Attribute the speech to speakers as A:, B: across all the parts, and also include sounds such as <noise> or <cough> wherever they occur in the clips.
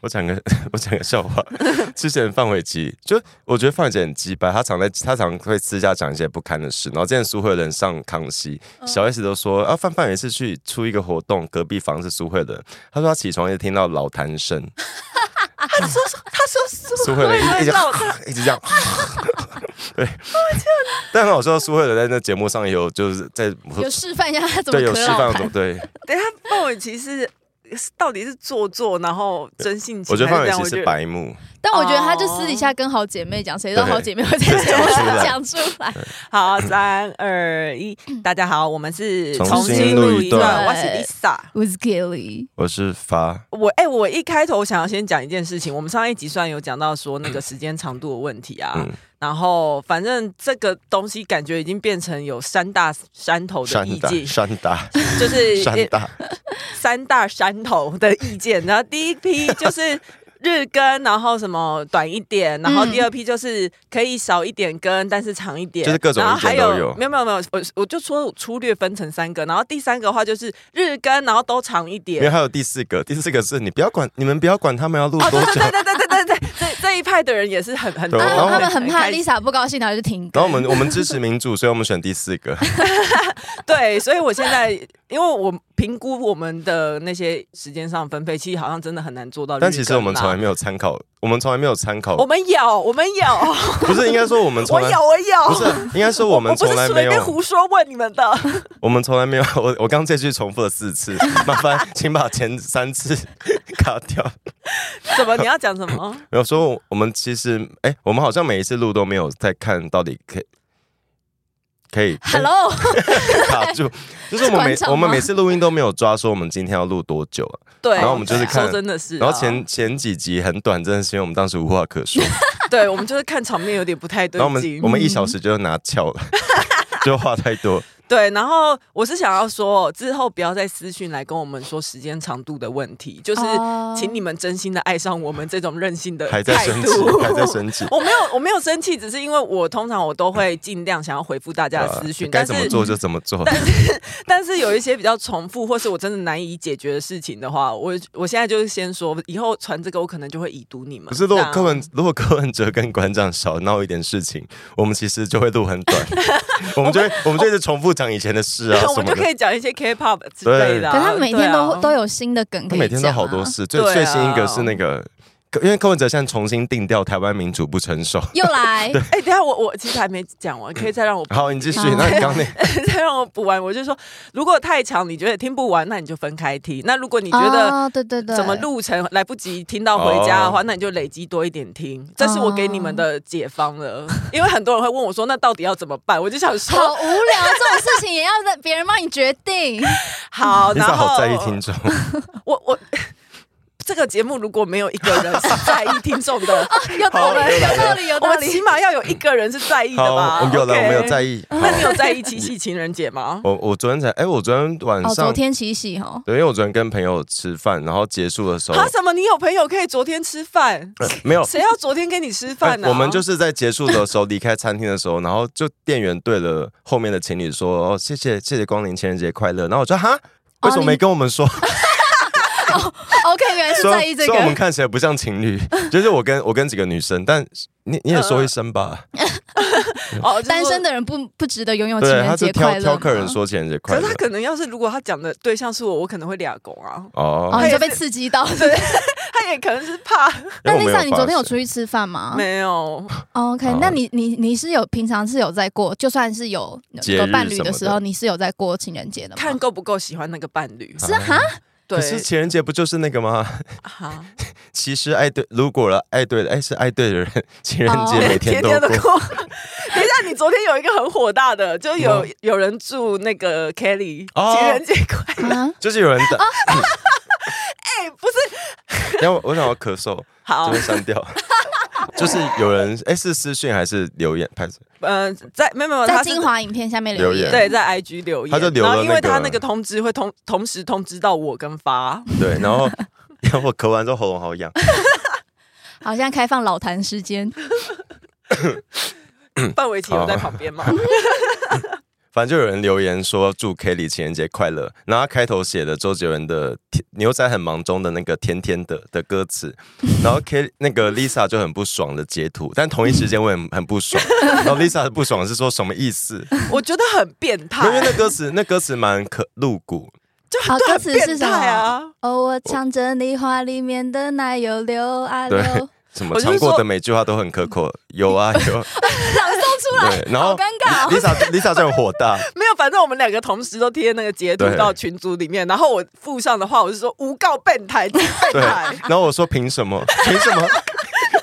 A: 我讲个 <laughs> 我讲个笑
B: <laughs>
A: 话，之前范玮琪就我觉得范玮琪很鸡掰，他常在他常会私下讲一些不堪的事。然后之前苏慧伦上康熙，
B: 嗯
A: 小 S 都说啊范范也是去出一个活动，隔壁房是苏慧伦，他说他起床就听到老痰
B: <laughs>
A: 声，
B: 他说他说
A: 苏慧伦一直 <laughs> 一直这
B: <laughs>
A: 样，对，但很好笑，苏慧伦在那节目上也有就是在
C: <laughs> 有示范一下他怎么
A: 对有
C: 咳
A: 示
C: 老
A: 范
C: 痰，
B: <laughs>
A: 对。
B: 等一下范玮琪是是到底是做作，然后真性情，
A: 我觉得范玮
B: 还
A: 琪
B: 是
A: 是
B: 这样我觉得
A: 白目，
C: 但我觉得他就私底下跟好姐妹讲，谁知道
A: 对
C: 好姐妹会在节目上讲出来。
B: 好，三二一，大家好，我们是
A: 重
C: 新录一段
B: 我是 Lisa。
C: <laughs> 我是 Gilly，
A: 我是发
B: 我哎、我一开头想要先讲一件事情，我们上一集虽然有讲到说那个时间长度的问题啊，
A: 嗯
B: 然后反正这个东西感觉已经变成有三大山头的
A: 山
B: 意
A: 大
B: 见，
A: 山大
B: 就是
A: 山大，
B: 三大山头的意见。然后第一批就是日更，然后什么短一点，然后第二批就是可以少一点更，但是长一点，
A: 就是各种
B: 然后还
A: 意见都有
B: 没有没有没有，我我就说粗略分成三个，然后第三个的话就是日更，然后都长一
A: 因为
B: 点。
A: 还有第四个，第四个是你不要管，你们不要管他们要录多久。
B: 哦对对对对对对，这这一派的人也是很
A: <laughs>
B: 很
A: 对然后
C: 啊他们很怕
B: 开心
C: Lisa 不高兴，然后就停
A: 然
C: 更。
A: 后我们我们支持民主，所以我们选第四
B: <laughs>
A: 个。
B: 哦对，所以我现在因为我评估我们的那些时间上分配，其实好像真的很难做到日更
A: 但
B: 啦。
A: 其实我们从来没有参考，我们从来没有参考
B: 我，们有，我们有。
A: 不是应该 <laughs> 说我们从
B: 我
A: 来
B: 有，我有，
A: 不是应该说我
B: <laughs>
A: 们
B: 不
A: 从
B: 是
A: 来没
B: 随便
A: 有，
B: 胡说问你们的。
A: 我们从来没有。 <laughs> 我我刚这句重复了四次，麻烦请把前三次卡掉。
B: <laughs> 什么？你要讲什
A: <laughs>
B: 么？
A: 没有说我们其实，哎，我们好像每一次录都没有在看到底可以可以哎
C: Hello，
A: 卡
B: <laughs>
A: 住，就是我们每
C: 是馆长吗
A: 我们每次录音都没有抓说我们今天要录多久啊。
B: 对，
A: 然后我们就是看
B: 说真的是啊，
A: 然后前前几集很短，真的是因为我们当时无话可说。
B: <laughs> 对我们就是看场面有点不太对
A: 然后我们
B: 劲。
A: 我们一小时就拿翘了， <laughs> 就话太多。
B: 对，然后我是想要说，之后不要再私讯来跟我们说时间长度的问题，就是
C: 哦
B: 请你们真心的爱上我们这种任性的
A: 还在
B: 态
A: 生气
B: 度，。
A: 还在生气
B: <laughs> 我没有，我没有生气，只是因为我通常我都会尽量想要回复大家的私讯，
A: 该
B: 但
A: 怎么
B: 是
A: 做啊就怎么做。
B: <laughs> 但是有一些比较重复，或是我真的难以解决的事情的话，我我现在就是先说，以后传这个我可能就会已读你们。
A: 可是如
B: 这
A: 果
B: 样
A: 柯文如果柯文哲跟馆长少闹一点事情，我们其实就会录很
B: <laughs>
A: 短，我们就会我们就一直重复讲以前的事啊什
B: 我们
A: 么
B: 就可
A: 的。
B: 以讲一些
A: <laughs>
B: K-pop 之类的啊、
C: <laughs> 可是他每天都
B: 对啊
C: 都有新的梗
A: 他
C: 可以讲
A: 每
C: 啊，
A: 天都好多事，最
B: 对啊
A: 最新一个是那个，因为柯文哲现在重新定调台湾民主不成熟。
C: 又来，
B: <laughs> 哎、等一下我我其实还没讲完，可以再让我 <laughs>
A: 好，你继续
C: 好。
A: 那你刚那
B: 再让我补完。我就说，如果太长你觉得听不完，那你就分开听；那如果你觉得
C: 哦对对对，
B: 怎么路程来不及听到回家
A: 哦
B: 的话，那你就累积多一点听。这是我给你们
C: 哦
B: 的解方了， <laughs> 因为很多人会问我说，那到底要怎么办？我就想
C: 好
B: 说，
C: 无聊，这种事情也要让别人帮你决定。
B: <laughs> 好，
A: 你
B: 然
A: 咋
B: 后
A: 好在意听众？
B: 我我这个节目如果没有一个人是在意听众的，
C: <laughs> 有道理，有道理，哦有
B: 我
C: 道
B: 们起
C: 理。
B: 码要有一个人是在意的
A: 好，
B: 吧？
A: 我有了，我
B: OK
A: 们有在。意。好
B: 那你有在意七夕情人节吗？
A: 我我昨天才，哎，我昨天晚
C: 哦，昨
A: 上，
C: 天七夕哦，
A: 对，因为我昨天跟朋友吃饭，然后结束的时候
B: 啊，什么？你有朋友可以昨天吃饭？
A: 呃没有，
B: 谁要昨天跟你吃饭
C: 啊
B: 啊呢、
A: 哎我们就是在结束的时候离开餐厅的时候，然后就店员对了后面的情侣说：“哦，谢谢谢谢光临，情人节快乐。”然后我说：“哈，为什么
C: 你
A: 没跟我们说？
C: OK，原来 <laughs> 是
A: 虽
C: 哦在
A: 然
C: 意这
A: 虽然我们
C: 个。
A: 看起来不像情侣，就是我跟我跟几个女生，但你你也说一声吧。
B: 哦
C: 单身
B: 的。
C: 的人不不值得拥呃哦有情
A: 对，他
C: 人
A: 就
C: 节
A: 挑
C: 快乐吗。嗯
A: 挑客人说情人节快
B: 可是
A: 乐
B: 他。可能要是如果他讲的对象是我，我可能会俩拱啊。
A: 哦
C: 哦，
B: 他，
C: 你
B: 也
C: 就是被刺 <laughs> 激到。
B: 他也可能是怕
C: 那
A: 因为我没有
C: Lisa，你昨天有
A: 发现
C: 出去吃饭吗？哦
B: 没有，
C: OK，
A: 好啊
C: 那你你你是有平常是有在过，就算是有
A: 节日
C: 有伴侣
A: 什么
C: 的
A: 的
C: 时候，你是有在过情人节的吗？哦
B: 看够不够喜欢那个伴侣。
C: 是哈，
B: 对
A: 可，是情人节不就是那个吗？
B: 好，
A: 其实爱对，如果了爱对的，哎是爱对的人，情人节
C: 哦
A: 每天
B: 天
A: 都
B: <laughs> 天的
A: 过。
B: 过。等一下，你昨天有一个很火大的，就有有人祝那个 Kelly
A: 哦
B: 情人节快乐。 <laughs>
C: 啊，
A: 就是有人等，
B: 哦哎，不是，哦
A: 然后我想要咳嗽，
B: 好
A: 就会，删
B: <laughs>
A: 掉。就是有人哎是私讯还是留言拍摄？
B: 嗯，在没有没有，
C: 在
B: 他是
C: 精华影片下面
A: 留
C: 留
A: 言
C: 言，
B: 对，在 IG 留言，
A: 他就留了
B: 然后因为
A: 那个
B: 他那个通知会同同时通知到我跟发，
A: 对，然后 <laughs> 然后我咳完之后喉咙好痒，
C: 好像开放老坛时
B: <laughs>
C: 间，
B: 范玮琪有在
A: 嗯好
B: 旁边吗？
A: 反正就有人留言说祝 Kelly 情人节快乐，然后他开头写的周杰伦的《天牛仔很忙》中的那个“天天的”的歌
C: <laughs>
A: 词，然后 K 那个 Lisa 就很不爽的截图，但同一时间我也很很不
C: <laughs>
A: 爽，然后 Lisa 的不爽是说什么意思？
B: <laughs> 我觉得很变态
A: 因，为那歌词那歌词蛮可露骨，
B: 就
C: 好
B: 对
C: 歌
B: 很
C: 词哦是
B: 变
C: 什
B: 态
C: 么？
B: 啊。
C: 哦，我尝着你话里面的奶油流啊流， <laughs>
A: 对
C: 朗诵
A: 什么
B: 我就
A: 尝
B: 是
A: 过
B: 说
A: 的每句话都很可口，有
C: <laughs>
A: 啊有，
C: 出来，
A: 对，然后
C: 好尴尬哦。
A: <laughs> Lisa Lisa 就很火大，
B: 没有，反正我们两个同时都贴那个截图
A: 对
B: 到群组里面，然后我附上的话，我是说诬告变态，即
A: 对，
C: <laughs>
B: 变态。
A: 然后我说凭什么？凭什么？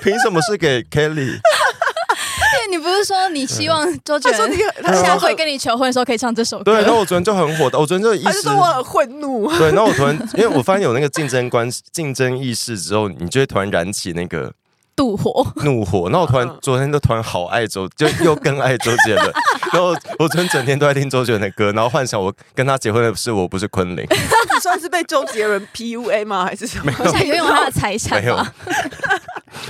A: 凭什么是给 Kelly？
C: 因为你不是说你希望周杰
B: 他说你
C: 伦
B: 很，他
C: 下
B: 说
C: 回
B: 很，
C: 跟你求婚的时候可以唱这首
A: 对，然
C: 歌？
A: 后我昨天就很火大，我昨天就意
B: 他就
A: 识
B: 说我很愤怒。
A: 对，然后我突然，因为我发现有那个竞争关系、竞争意识之后，你就会突然燃起那个
C: 妒火，
A: 怒火。那我突然
B: 嗯
A: 昨天就突然好爱周，就又更爱周杰
B: <laughs>
A: 伦。然后我昨天整天都在听周杰伦的歌，然后幻想我跟他结婚的是我，不是昆凌，
B: <laughs> 你算是被周杰伦 PUA 吗？还是什么？
C: 想拥有他的财产
A: 没有
C: 吧？。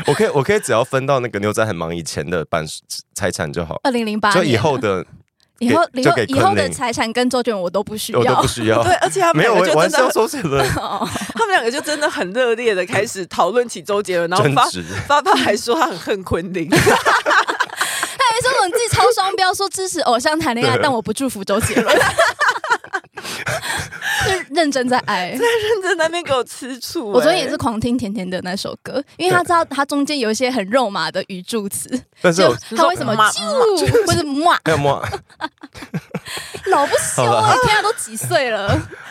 A: 我可以，我可以只要分到那个牛仔很忙以前的版财产就好，
C: 二零零八
A: 就
C: 年，
A: 以后的
C: 以后
A: 给
C: 以
A: 就
C: 后
A: 给
C: 以后
A: 昆
C: 的
A: 凌
C: 财产跟周杰伦我都不需
A: 我都
C: 要
A: 不。需要。
B: <laughs> 对，而且他们
A: 没有，
B: 两
A: 我
B: 个就
A: 我还
B: 真
A: 是要
B: 的，
A: 周杰
B: <laughs>
A: 伦
C: 哦
B: 他们两个就真的很热烈的开始讨论起周杰伦，然后
A: 争
B: 发
A: 执。
B: 发发还说他很恨昆凌， <laughs>
C: 他还说我们自己超双标，说支持偶像谈恋
A: <laughs>
C: 爱，
A: 对
C: 但我不祝福周杰伦。 <laughs> 认认真在爱，
B: 认真在那边给我吃醋、
C: 我昨天
B: 欸
C: 也是狂听甜甜的那首歌，因为他知道他中间有一些很肉麻的语助词，
A: 但是
C: 就
A: 我
B: 你
C: 他
B: 说
C: 为什么
B: 嘛
C: 就或者哇，
A: 没有摸，
C: 老不休
A: 好
C: 啊
A: 吧！
C: 天啊，都几岁了？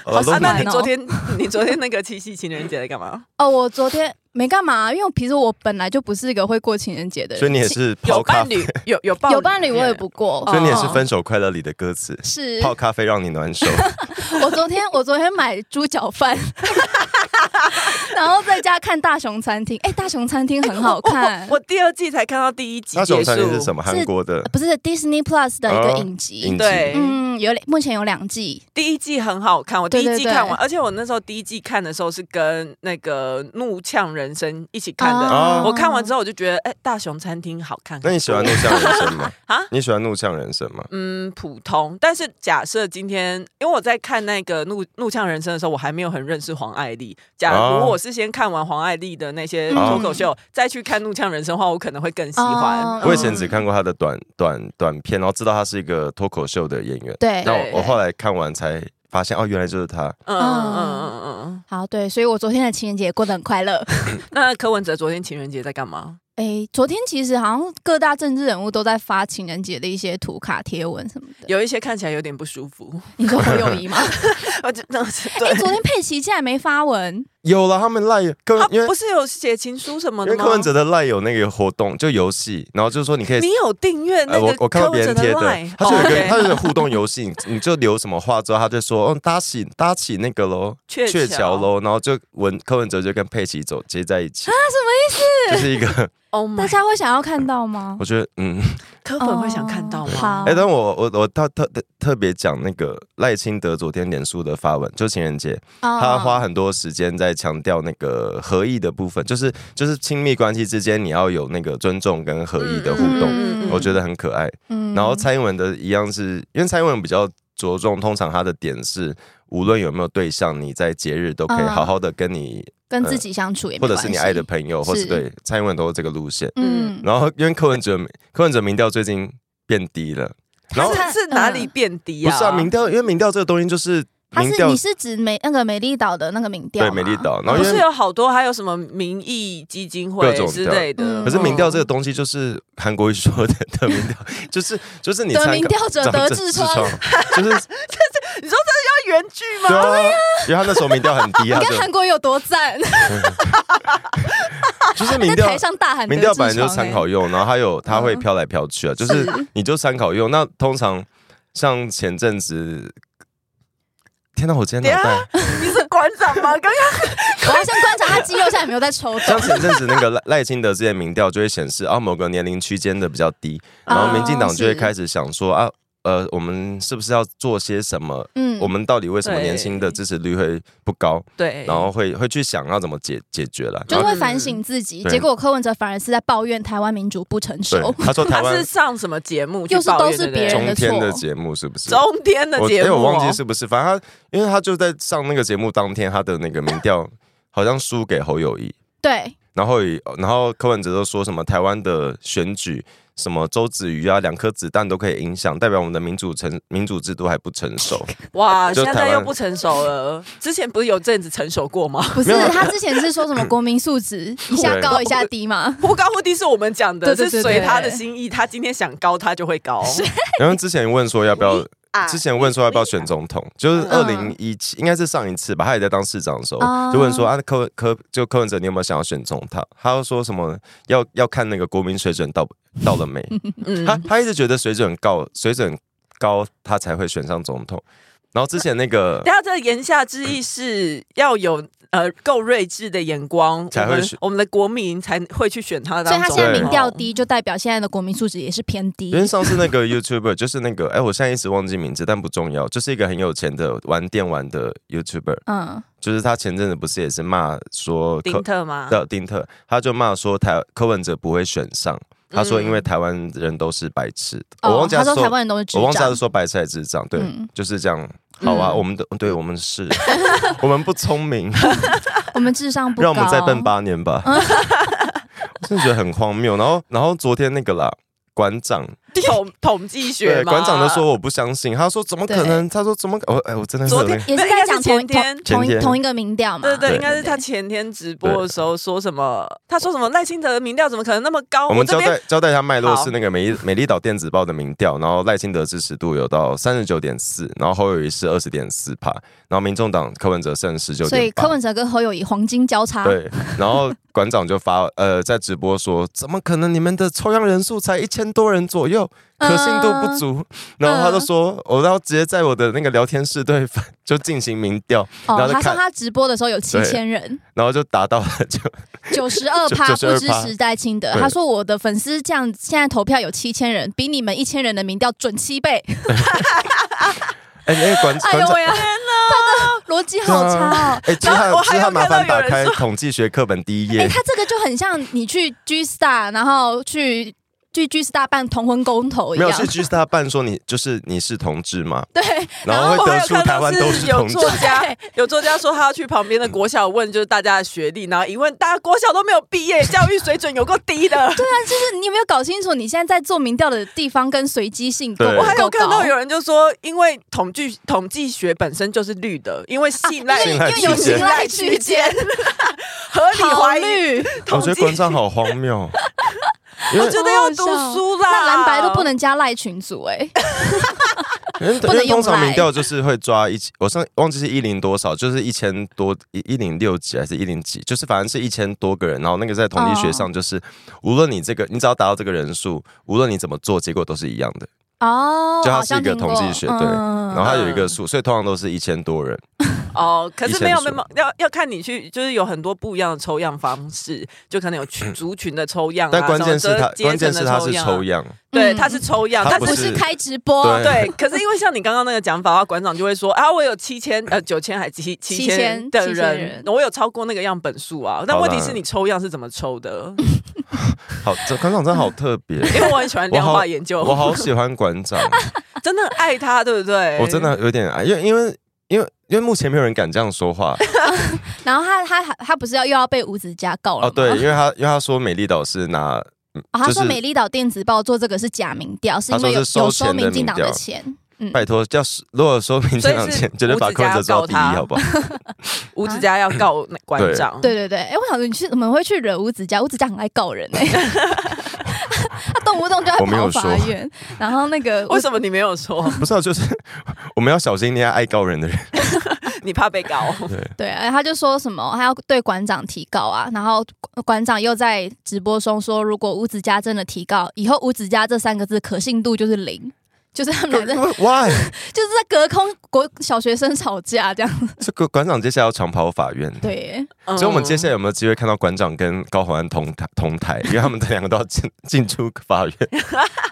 A: 我
C: 好
A: 呃都
B: 啊，
C: 浪
B: 那
C: 漫
B: 你
C: 哦
B: 昨天你昨天那个七夕情人节在
A: <laughs>
B: 干嘛？
C: <laughs> 哦，我昨天没干嘛，因为我平时我本来就不是一个会过情人节的人，
A: 所以你也是泡
B: 有
A: 咖
B: 伴
A: 啡，
B: 侣有有伴
C: 有伴侣我也不过，
A: 所以你也是
C: 哦
A: 分手快乐里的歌词，
C: 是
A: 泡咖啡让你暖
B: <laughs>
A: 手。
C: <laughs> 我昨天我昨天买猪脚饭， <laughs> 然后在家看大熊餐厅，哎、大熊餐厅很好看，
B: <laughs> 我我第二季才看到第一集
A: 那
B: 结
A: 种
B: 束。
A: 餐厅是什么？
C: 是
A: 韩国的
C: 不是 Disney Plus 的一个
A: 哦
C: 影集。
A: 影集，
B: 对，
C: 嗯，有目前有两季，
B: 第一季很好看，我第
C: 对
B: 一
C: 对
B: 季看完，
C: 对
B: 而且我那时候第一季看的时候是跟那个《怒呛人生》一起看的。
A: 哦
B: 我看完之后我就觉得，哎、大熊餐厅好看。
A: 那你喜欢怒呛人生吗？
B: <laughs> 啊
A: 你喜欢怒呛人生吗？
B: 嗯，普通。但是假设今天，因为我在看那个怒《怒呛人生》的时候，我还没有很认识黄爱丽。假如
A: 哦
B: 我是先看完黄爱丽的那些
C: 嗯
B: 脱口秀，再去看《怒呛人生》的话，我可能会更喜欢。
C: 哦
A: 我以前只看过他的短短短片，然后知道他是一个脱口秀的演员。
C: 对
A: 那
B: 对
A: 我我后来看完才发现，哦，原来就是他。
B: 嗯嗯嗯嗯嗯。
C: 好对，所以我昨天的情人节过得很快乐。 <laughs>
B: 那柯文哲昨天情人节在干嘛？
C: 哎、昨天其实好像各大政治人物都在发情人节的一些图卡贴文什么的。
B: 有一些看起来有点不舒服。 <laughs>
C: 你说侯友谊吗？
B: 我真的是
C: 哎、
B: 对，
C: 昨天佩奇竟然没发文，
B: 嗯
A: 有了，他们赖柯
B: 他，
A: 因为
B: 啊不是有写情书什么
A: 因
B: 的
A: 为
B: 吗？
A: 柯文哲的赖有那个活动，就游戏，然后就是说你可以
B: 你有订阅那
A: 呃，我
B: 个
A: 我看
B: 柯
A: 到别
B: 文哲
A: 人
B: 的
A: 贴
B: line？哦
A: 的，他就有一个
B: OK
A: 他就有一个互动游戏，你你就留什么话之后，他就说，嗯，搭起搭起那个喽，
B: 鹊
A: 鹊
B: 桥
A: 桥喽，然后就文柯文哲就跟佩奇走接在一起啊，什 <laughs> 么意思？就是一个，
B: Oh
C: 大
B: my，
C: 家会想要看到吗
A: 我？觉得嗯，
B: 柯粉会想看到吗？
C: 哦好
A: 哎、但我我我特特特特别讲那个赖清德昨天脸书的发文，就情人节，
C: 啊
A: 他花很多时间在强调那个合意的部分，就是就是亲密关系之间你要有那个尊重跟合意的互动，哦
C: 嗯
A: 我觉得很可爱。
C: 嗯
A: 然后蔡英文的一样是，因为蔡英文比较着重，通常他的点是，无论有没有对象，你在节日都可以
C: 嗯
A: 好好的跟你，
C: 跟自己相处也没
A: 或者
C: 关
A: 是你
C: 系
A: 爱的，朋友，或是
C: 是
A: 对蔡英文都是这个路线。
C: 嗯，
A: 然后因为柯文哲，柯文哲民调最近变低了，然后
C: 他
B: 是是哪
C: 嗯
B: 里变低
A: 不
B: 啊？
A: 是啊，民调，因为民调这个东西就是
C: 他
A: 民
C: 是
A: 调
C: 你，啊是指美那个美丽岛的那个民调
A: 对
C: 吗
A: 美丽岛然后
B: 不
A: 因
B: 是
A: 为
C: 哦
B: 有好多，还有什么民意基金会
A: 各种
B: 之类的。
C: 调
A: 可是民调这个
B: 嗯
A: 东西就是韩国瑜说的的民调，就是就是你
C: 得啊
A: 参考
C: 民调者
A: 长
C: 得
A: 痔
C: 痔疮
A: 疮，就是
B: 他原原剧吗？
A: 对啊，因为他那时候民调很低，他
C: <laughs>
A: 啊
C: 跟韩
A: 就
C: 国有多赞，
A: 就是民
C: <laughs> 在
A: 调
C: 台上大喊
A: 民调本来就是
C: 欸
A: 参考用，然后还有它
C: 嗯
A: 会飘来飘去啊，就是你就参考用。那通常像前阵子，天哪，我今天脑袋
B: 你是馆长吗？刚刚
C: 德之 <laughs> 窗欸，我要先观察他肌肉现在有没有
A: <laughs>
C: 在抽动
A: 像。前阵子那个赖赖清德之前民调就会显示啊，某个年龄区间的比较低，然后民进党就会
C: 哦是
A: 开始想说啊，呃，我们是不是要做些什么？
C: 嗯
A: 我们到底为什么
B: 对
A: 年轻的支持率会不高？
B: 对，
A: <laughs> 然后会会去想要怎么解解决了。
C: 就
A: 然后
C: 会反省自己，
A: 嗯对
C: 结果柯文哲反而是在抱怨台湾民主不成熟。
A: 对，他说台
B: 他
A: 湾
B: 是上什么节目去
C: 又是
B: 抱怨
C: 都是
B: 对不
C: 别
B: 对
C: 人
A: 中
C: 的
A: 天的
C: 错
A: 节目是不是？
B: 中天的
A: 我
B: 节
A: 哎
B: 目哦，
A: 我忘记是不是，反正他因为他就在上那个节目当天，他的那个民调好像输给侯友谊，
C: <laughs> 对，
A: 然后也然后柯文哲都说什么台湾的选举，什么周子瑜啊，两颗子弹都可以影响，代表我们的民主成民主制度还不成熟。
B: <laughs> 哇，
A: 就
B: 现
A: 台湾
B: 在又不成熟了。之前不是有阵子成熟过吗？ <laughs>
C: 不是
A: 没有啊
C: 他之前是说什么国民素质一下高一下
A: <laughs>
C: 低嘛？
B: 忽高忽低是我们讲
C: 对
B: 的，
C: 对对
B: 是随
C: 对
B: 他的心意，他今天想高他就会高。
A: 然后之前问说要不要，
B: 啊
A: 之前问说要不要选总统，就是二
C: 嗯
A: 零一七，应该是上一次吧，他也在当市长的时候，
C: 哦
A: 就问说啊柯柯就柯文哲你有没有想要选总统？他又说什么要要看那个国民水准到到了没？
B: 嗯
A: 他他一直觉得水准高，水准高他才会选上总统。然后之前那个
B: 大家这言下之意是要有呃够睿智的眼光，
A: 才会
B: 我们
A: 选
B: 我们的国民才会去选他当
C: 所以
B: 总
C: 他
B: 统。
C: 现在民调低，就代表现在的国民素质也是偏低
A: 因。为上次那个 YouTuber 就是那个，哎，我现在一直忘记名字，但不重要，就是一个很有钱的玩电玩的 YouTuber，
C: 嗯，
A: 就是他前阵子不是也是骂说
B: 丁特吗？
A: 的丁特，他就骂说台柯文哲不会选上，他说因为台湾人都是白痴，我
C: 嗯哦
A: 忘，记
C: 他说
A: 是
C: 台湾人都是智
A: 我忘记他
C: 障
A: 是。说白痴还是智障，对，
C: 嗯
A: 就是这样。好啊，
C: 嗯
A: 我们的对我们是， <laughs> 我们不聪明，
C: 我们智商不高。
A: 让我们再笨八年吧。 <laughs> 我真的觉得很荒谬。然后，然后昨天那个啦，馆长
B: 统统计学
A: 对
B: 吗？
A: 馆长都说我不相信，他说怎么可能？他说怎么可？我哎，我真的是
B: 昨
A: 有那
B: 天
A: 个
C: 也是在讲同一
B: 应该是前天
C: 同同
A: 前
C: 一
A: 天
C: 同一个民调嘛？
B: 对对，
A: 对
B: 应该是他前天直播的时候说什么？他说什么？赖清德的民调怎么可能那么高？
A: 我们
B: 哦这
A: 交
B: 边
A: 代交代一下脉络
B: 好
A: 是那个美丽美丽岛电子报的民调，然后赖清德支持度有到三十九点四，然后侯友谊是二十点四帕，然后民众党柯文哲胜十九
C: 所以
A: 点
C: 柯
A: 八。
C: 文哲跟侯友谊黄金交
B: 啊
C: 叉。
A: 对，然后馆长就发呃在直播说，怎么可能你们的抽样人数才一千多人左右，可信度
B: 嗯
A: 不足。然后他就说，我要直接在我的那个聊天室对 <laughs> 就进行民调，然
C: 哦
A: 后，就
C: 他说
A: 看，
C: 他直播的时候有七
A: <laughs>
C: 千人，
A: 然后就达到了就
C: 九十二趴
A: 92%
C: 不支持戴清德。
A: 对
C: 他说我的粉丝这样现在投票有七千人，比你们一千人的民调准七倍。 <laughs>
A: 哎哎馆
C: 哎
A: 馆
C: 呦
A: 长。
C: 喂啊！他的逻辑好差哦。
A: 哎，之
B: 然后
A: 后
B: 我
A: 之
B: 还
A: 后
B: 有
A: 麻
B: 看到
A: 烦
B: 有
A: 打
B: 人
A: 开统计学课本第一
C: 哎、
A: 页。
C: 他这个就很像你去 G Star，然后去去 G Star 办同婚公投一
A: 没有
C: 样。
A: 去 G Star 办说你就是你是同志吗？
C: 对，
A: <laughs> 然
B: 然
A: 后
B: 后
A: 会
B: 我还
A: 得
B: 有
A: 出
B: 看
A: 台
B: 到
A: 湾都
B: 是
A: 是
B: 有
A: 同志
C: <laughs>
B: 作。家，有作家说他要去旁边的国小问，就是大家的学历，然后一问，大家国小都没有毕业，教育水准有够低的。
C: 对啊，就是你有没有搞清楚你现在在做民调的地方跟随机性够
A: 对
C: 不
B: 我还有
C: 够
B: 看
C: 高
B: 到？有人就说，因为统计统计学本身就是绿的，因为信赖、
C: 啊
A: 因为因为有信
C: 赖区间，
B: <laughs> 合理
C: 好
B: 怀疑，
C: 绿，
A: 我
B: 统
A: 觉得
B: 计
A: 馆长好荒
B: <laughs>
A: 谬，因为
B: 我觉得要读书啦，
C: 那蓝白都不能加赖群组哎、
A: 因为嗯因
C: 不能
A: 为
C: 用
A: 通常
C: 来
A: 民调就是会抓一，我上忘记是一零多少，就是一千多一一零六几还是一零几，就是反正是一千多个人。然后那个在统计学
C: 哦
A: 上就是，无论你这个你只要达到这个人数，无论你怎么做，结果都是一样的。
C: 哦，
A: 就它
C: 好
A: 是一
C: 像
A: 个
C: 听过嗯
A: 统计学对然后它有一个数，所以通常都是一千多人。
B: 哦。可是没有
A: 以
B: 没
A: 前
B: 有，要要看你去，就是有很多不一样的抽样方式，就可能有群族群的抽样、啊，
A: 但关键是它
B: 什么，阶
A: 关键是它是
B: 阶层的抽
A: 抽
B: 样，
A: 样，
B: 对，
C: 嗯
B: 它是抽样，
A: 它
B: 但
A: 不
C: 不
B: 是。
C: 是开直播，
A: <laughs> 对
B: 对，可是因为像你刚刚那个讲法的话，馆长就会说啊，我有七千
A: <laughs>
B: 呃九千还七七千
C: 7000
B: 的
C: 7000
B: 人
C: 人，
B: 我有超过那个样本数啊。但
A: 好啦
B: 问题是你抽样是怎么抽的？
A: 好，这馆长真的好特
B: <laughs>
A: 别。
B: 因为我很喜欢量化研究，
A: 我好喜欢馆长，
B: <laughs> 真的很爱他，对不对？
A: 我真的有点爱，因为因为因为因为目前没有人敢这样说话
C: 然后他他他不是要又要被吴子嘉告
A: 哦，
C: 了吗？
A: 对，因为他因为他说美丽岛是拿
C: 哦，他
A: 就
C: 说
A: 是
C: 美丽岛电子报做这个是假民调，是因为有
A: 他说是
C: 有
A: 收钱的
C: 收民进党的
A: 民调
C: 钱。嗯，
A: 拜托，要是如果说民进
B: 所
A: 党
B: 以是
A: 前，绝对把柯文哲抓到第一，
B: 吴子嘉告他
A: 好不好？
B: 吴子嘉要告那馆长，
C: 对对对，哎、我想说你去怎么会去惹吴子嘉？吴子嘉很爱告人
A: <laughs>
C: 哎、他动不动就要
A: 我没
C: 跑
A: 有说
C: 法院，然后那个
B: 为什么你没有说？
A: <laughs> 不是、啊，就是我们要小心那些爱告人的人。
B: <laughs> 你怕被告哦？
C: 对，哎他就说什么他要对馆长提告啊，然后馆长又在直播中说，如果吴子嘉真的提告，以后吴子嘉这三个字可信度就是零。就是他们俩在，
A: Why？
C: 就是在隔空国小学生吵架这样，
A: 这个馆长接下来要长跑法院。
C: 对，
A: <laughs>
B: 嗯
A: 所以，我们接下来
B: 来
A: 有没有机会看到馆长跟高宏安同台同台？因为他们这两个都要进进出法院。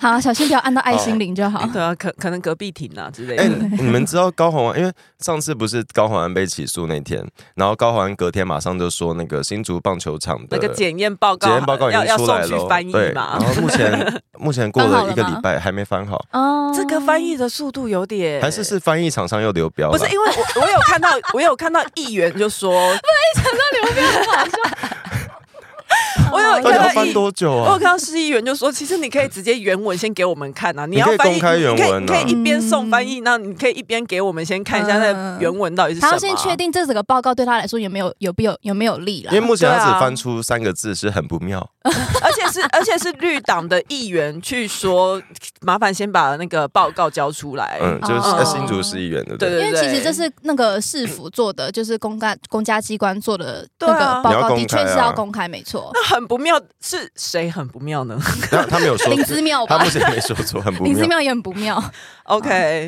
C: 好，小心不要按到爱心铃就好。
B: 对啊，可可能隔壁庭啊之类
A: 哎、
B: 的。
A: 你们知道高宏安？因为上次不是高宏安被起诉那天，然后高宏安隔天马上就说那个新竹棒球场的
B: 那个检验报
A: 呃
B: 告
A: 检验报告已
B: 要
A: 经
B: 要
A: 出来
B: 送
A: 了
B: 去
A: 哦，
B: 翻译
A: 对，然
B: 嘛？
A: 后目前
B: <laughs>
A: 目前过
C: 翻好
A: 了
C: 了
A: 一个礼
C: 吗
A: 拜还没翻好，
C: 哦
B: 这个翻译的速度有点
A: 还是是翻译厂商又流标了。
B: 不是因为我我有看到我有看到议员就说， <laughs> 我
C: 哎
A: 到底要
B: 有看到
A: 翻
B: 议
A: 多久
B: 我有
A: 啊？
B: 看到市议员就说，其实你可以直接原文先给我们看啊，你要
A: 可以
B: 翻译，
A: 公开原文啊
B: 你可以你可以一边送翻译，那你可以一边给我们先看一下那原文到底是什
C: 他
B: 么啊。
C: 要先确定这整个报告对他来说有没有有没有有没有利啦
A: 因为。目前他
B: 对啊
A: 只翻出三个字是很不妙，
B: 而且是而且是绿党的议员去说，麻烦先把那个报告交出来。
A: 嗯，就是
C: 哦
A: 呃新竹市议员的，
B: 对
C: 因
B: 对
C: 为其实这是那个市府做的，就是公家公家机关做的那
B: 对啊
C: 个报
A: 你要
C: 告，
A: 公
C: 的确
A: 开
C: 是
A: 啊
C: 要公开，没错。
B: 那很不妙，是谁很不
A: <laughs>
B: 妙呢
A: 他他没有说
C: 林 <laughs> 之妙
A: 他
C: 吧
A: 目，前没说错，很不
C: 林之
A: 妙。
C: 妙也很不妙
B: ？OK，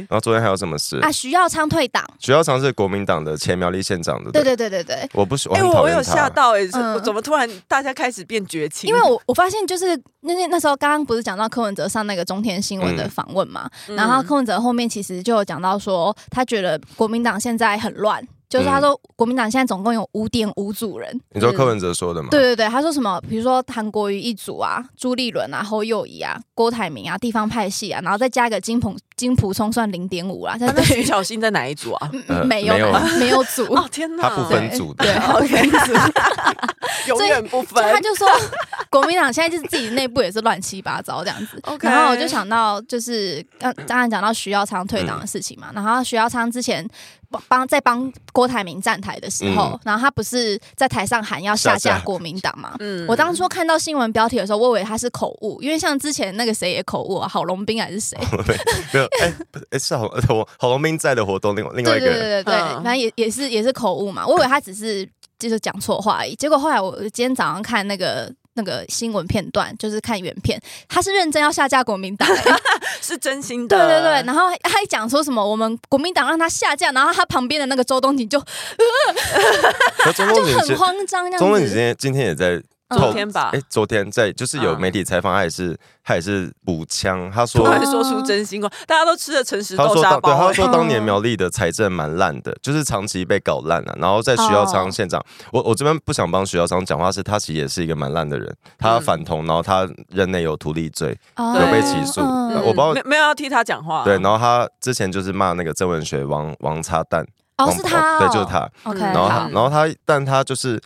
A: 然后昨天还有什么事？
C: 啊。徐耀昌退党，
A: 徐耀昌是国民党的前苗栗县长的，
C: 对
A: 不，
C: 对对对对，
A: 我不喜，啊我
B: 哎、
A: 很
B: 我
A: 讨
B: 我
A: 厌
B: 有吓
A: 他。
B: 到哎、是
C: 嗯
B: 我怎么突然大家开始变绝情？
C: 因为我我发现就是那那那时候刚刚不是讲到柯文哲上那个中天新闻的
A: 嗯
C: 访问嘛，
B: 嗯
C: 然后柯文哲后面其实就有讲到说，他觉得国民党现在很乱。就
A: 嗯
C: 是他说，国民党现在总共有五点五组人，
A: 你说柯文哲说的吗？
C: 嗯对，对对，他说什么？比如说韩国瑜一组啊，朱立伦啊，侯友谊啊，郭台铭啊，地方派系啊，然后再加一个金鹏金普聪算零点五啊，但
B: 啊
C: 是
A: <laughs>
B: 那
C: 对
B: 徐
C: 于
B: 小新在哪一组啊？
C: 嗯
A: 呃
C: 没有
A: 没有啊
C: 没有组，
B: 哦天哪，
A: 他不
C: <laughs>
B: <laughs>
A: 分组的
C: 对
A: <laughs>
C: 对
B: OK，永远不
C: 就他
B: 分。
C: 就说国民党现在就是自己内部也是乱七八糟这
A: <laughs>
C: 样子。
B: OK
C: 然后我就想到就是刚刚才讲到徐耀昌退党的事情嘛，
A: 嗯
C: 然后徐耀昌之前帮帮在帮郭台铭站台的时候，
A: 嗯
C: 然后他不是在台上喊要下
A: 下
C: 架
A: 架
C: 国民党嘛？
B: 嗯
C: 我当初看到新闻标题的时候，我以为他是口误，因为像之前那个谁也口误啊，郝龙斌还是谁？
A: <laughs> 没有，哎，不是哎，是郝郝郝龙斌在的活动，另外 <laughs> 另外
C: 对
A: 一
C: 对
A: 个
C: 对对对，
B: 嗯
C: 反正也也是也是口误嘛，我以为他只是就是讲错话而已。结果后来我今天早上看那个那个新闻片段，就是看原片，他是认真要下架国民党、欸
B: 是真心
C: 对
B: 的，
C: 对对， <laughs> 然后还还讲说什么我们国民党让他下架，然后他旁边的那个周东锦就
A: 可中
C: 就
A: 东锦
C: 很
A: 今
C: 慌张这
A: 中东锦
C: 样
A: 今
C: 子。
A: 天今天也在
C: 嗯
A: 透
B: 昨天吧
A: 哎，昨天在就是有
B: 嗯
A: 媒体采访，他也是他也是补枪，他
B: 突
A: 说
B: 然说出真心话，大家都吃了诚实
A: 他
B: 豆
A: 说
B: 沙
A: 当对，
B: 包、
A: 他
B: 欸，
A: 说当年
C: 嗯
A: 苗栗的财政蛮烂的，就是长期被搞烂了、啊然后在徐耀昌
C: 哦
A: 县长，我我这边不想帮徐耀昌讲话，是他其实也是一个蛮烂的人，他
B: 嗯
A: 反同，然后他任内有图利罪，
C: 哦
B: 有被
A: 起诉哦
C: 嗯
A: 我不知道
B: 没没有要替他讲话，啊
A: 对，
C: 哦
A: 然后他之前就是骂那个郑文学王王插蛋，
C: 哦，
A: 王
C: 是他哦，
A: 对，就是他，
C: OK，
B: 嗯
A: 然后他
C: 好
A: 然后他，但他就是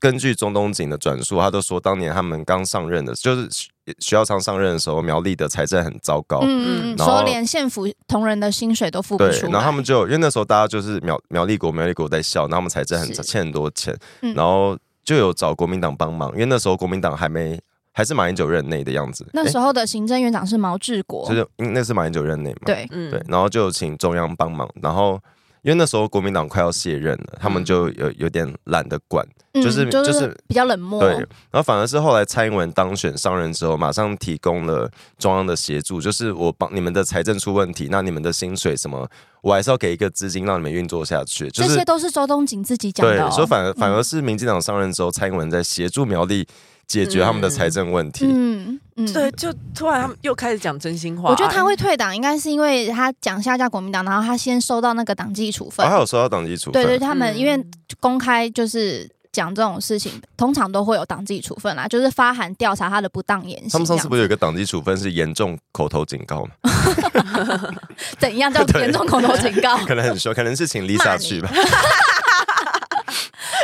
A: 根据中东锦的转述，他就说当年他们刚上任的，就是徐徐耀昌上任的时候，苗栗的财政很糟糕，
C: 嗯嗯嗯，
A: 哦然后
C: 说连县府同仁的薪水都付不
A: 对
C: 出，来，
A: 然后他们就有因为那时候大家就是苗苗栗国苗栗国在笑，然后他们财政很
C: 是
A: 欠很多钱，
C: 嗯
A: 然后就有找国民党帮忙，因为那时候国民党还没还是马英九任内的样子，
C: 那时
A: 候、
C: 候的行政院长是毛治国，
A: 就是嗯那是马英九任内嘛，
C: 对，
B: 嗯
A: 对，然后就请中央帮忙，然后。因为那时候国民党快要卸任了，他们就有有点懒得管，
C: 嗯
A: 就是
C: 就
A: 就是
C: 比较冷漠，
A: 对，然后反而是后来蔡英文当选上任之后，马上提供了中央的协助，就是我帮你们的财政出问题，那你们的薪水什么，我还是要给一个资金让你们运作下去，就
C: 这
A: 是
C: 些都是周东锦自己讲
A: 对
C: 的、哦，，
A: 所以反而反而是民进党上任之后，蔡英文在协助苗栗解决他们的财政问题。
C: 嗯嗯，
B: 对，。就突然他们又开始讲真心话、啊
C: 我觉得他会退党，应该是因为他讲下架国民党，然后他先收到那个党纪处分。
A: 然后还哦有收到党籍处分，
C: 对对，他们
B: 嗯
C: 因为公开就是讲这种事情，通常都会有党纪处分啦，就是发函调查他的不当言行。
A: 他们上次不
C: 是
A: 是有一个党籍处分是严重口头警告吗？
C: <laughs>
A: <laughs>
C: 怎样叫
A: 对
C: 严重口头警告，
A: 可能很凶，可能是请 Lisa 去吧。
C: <laughs>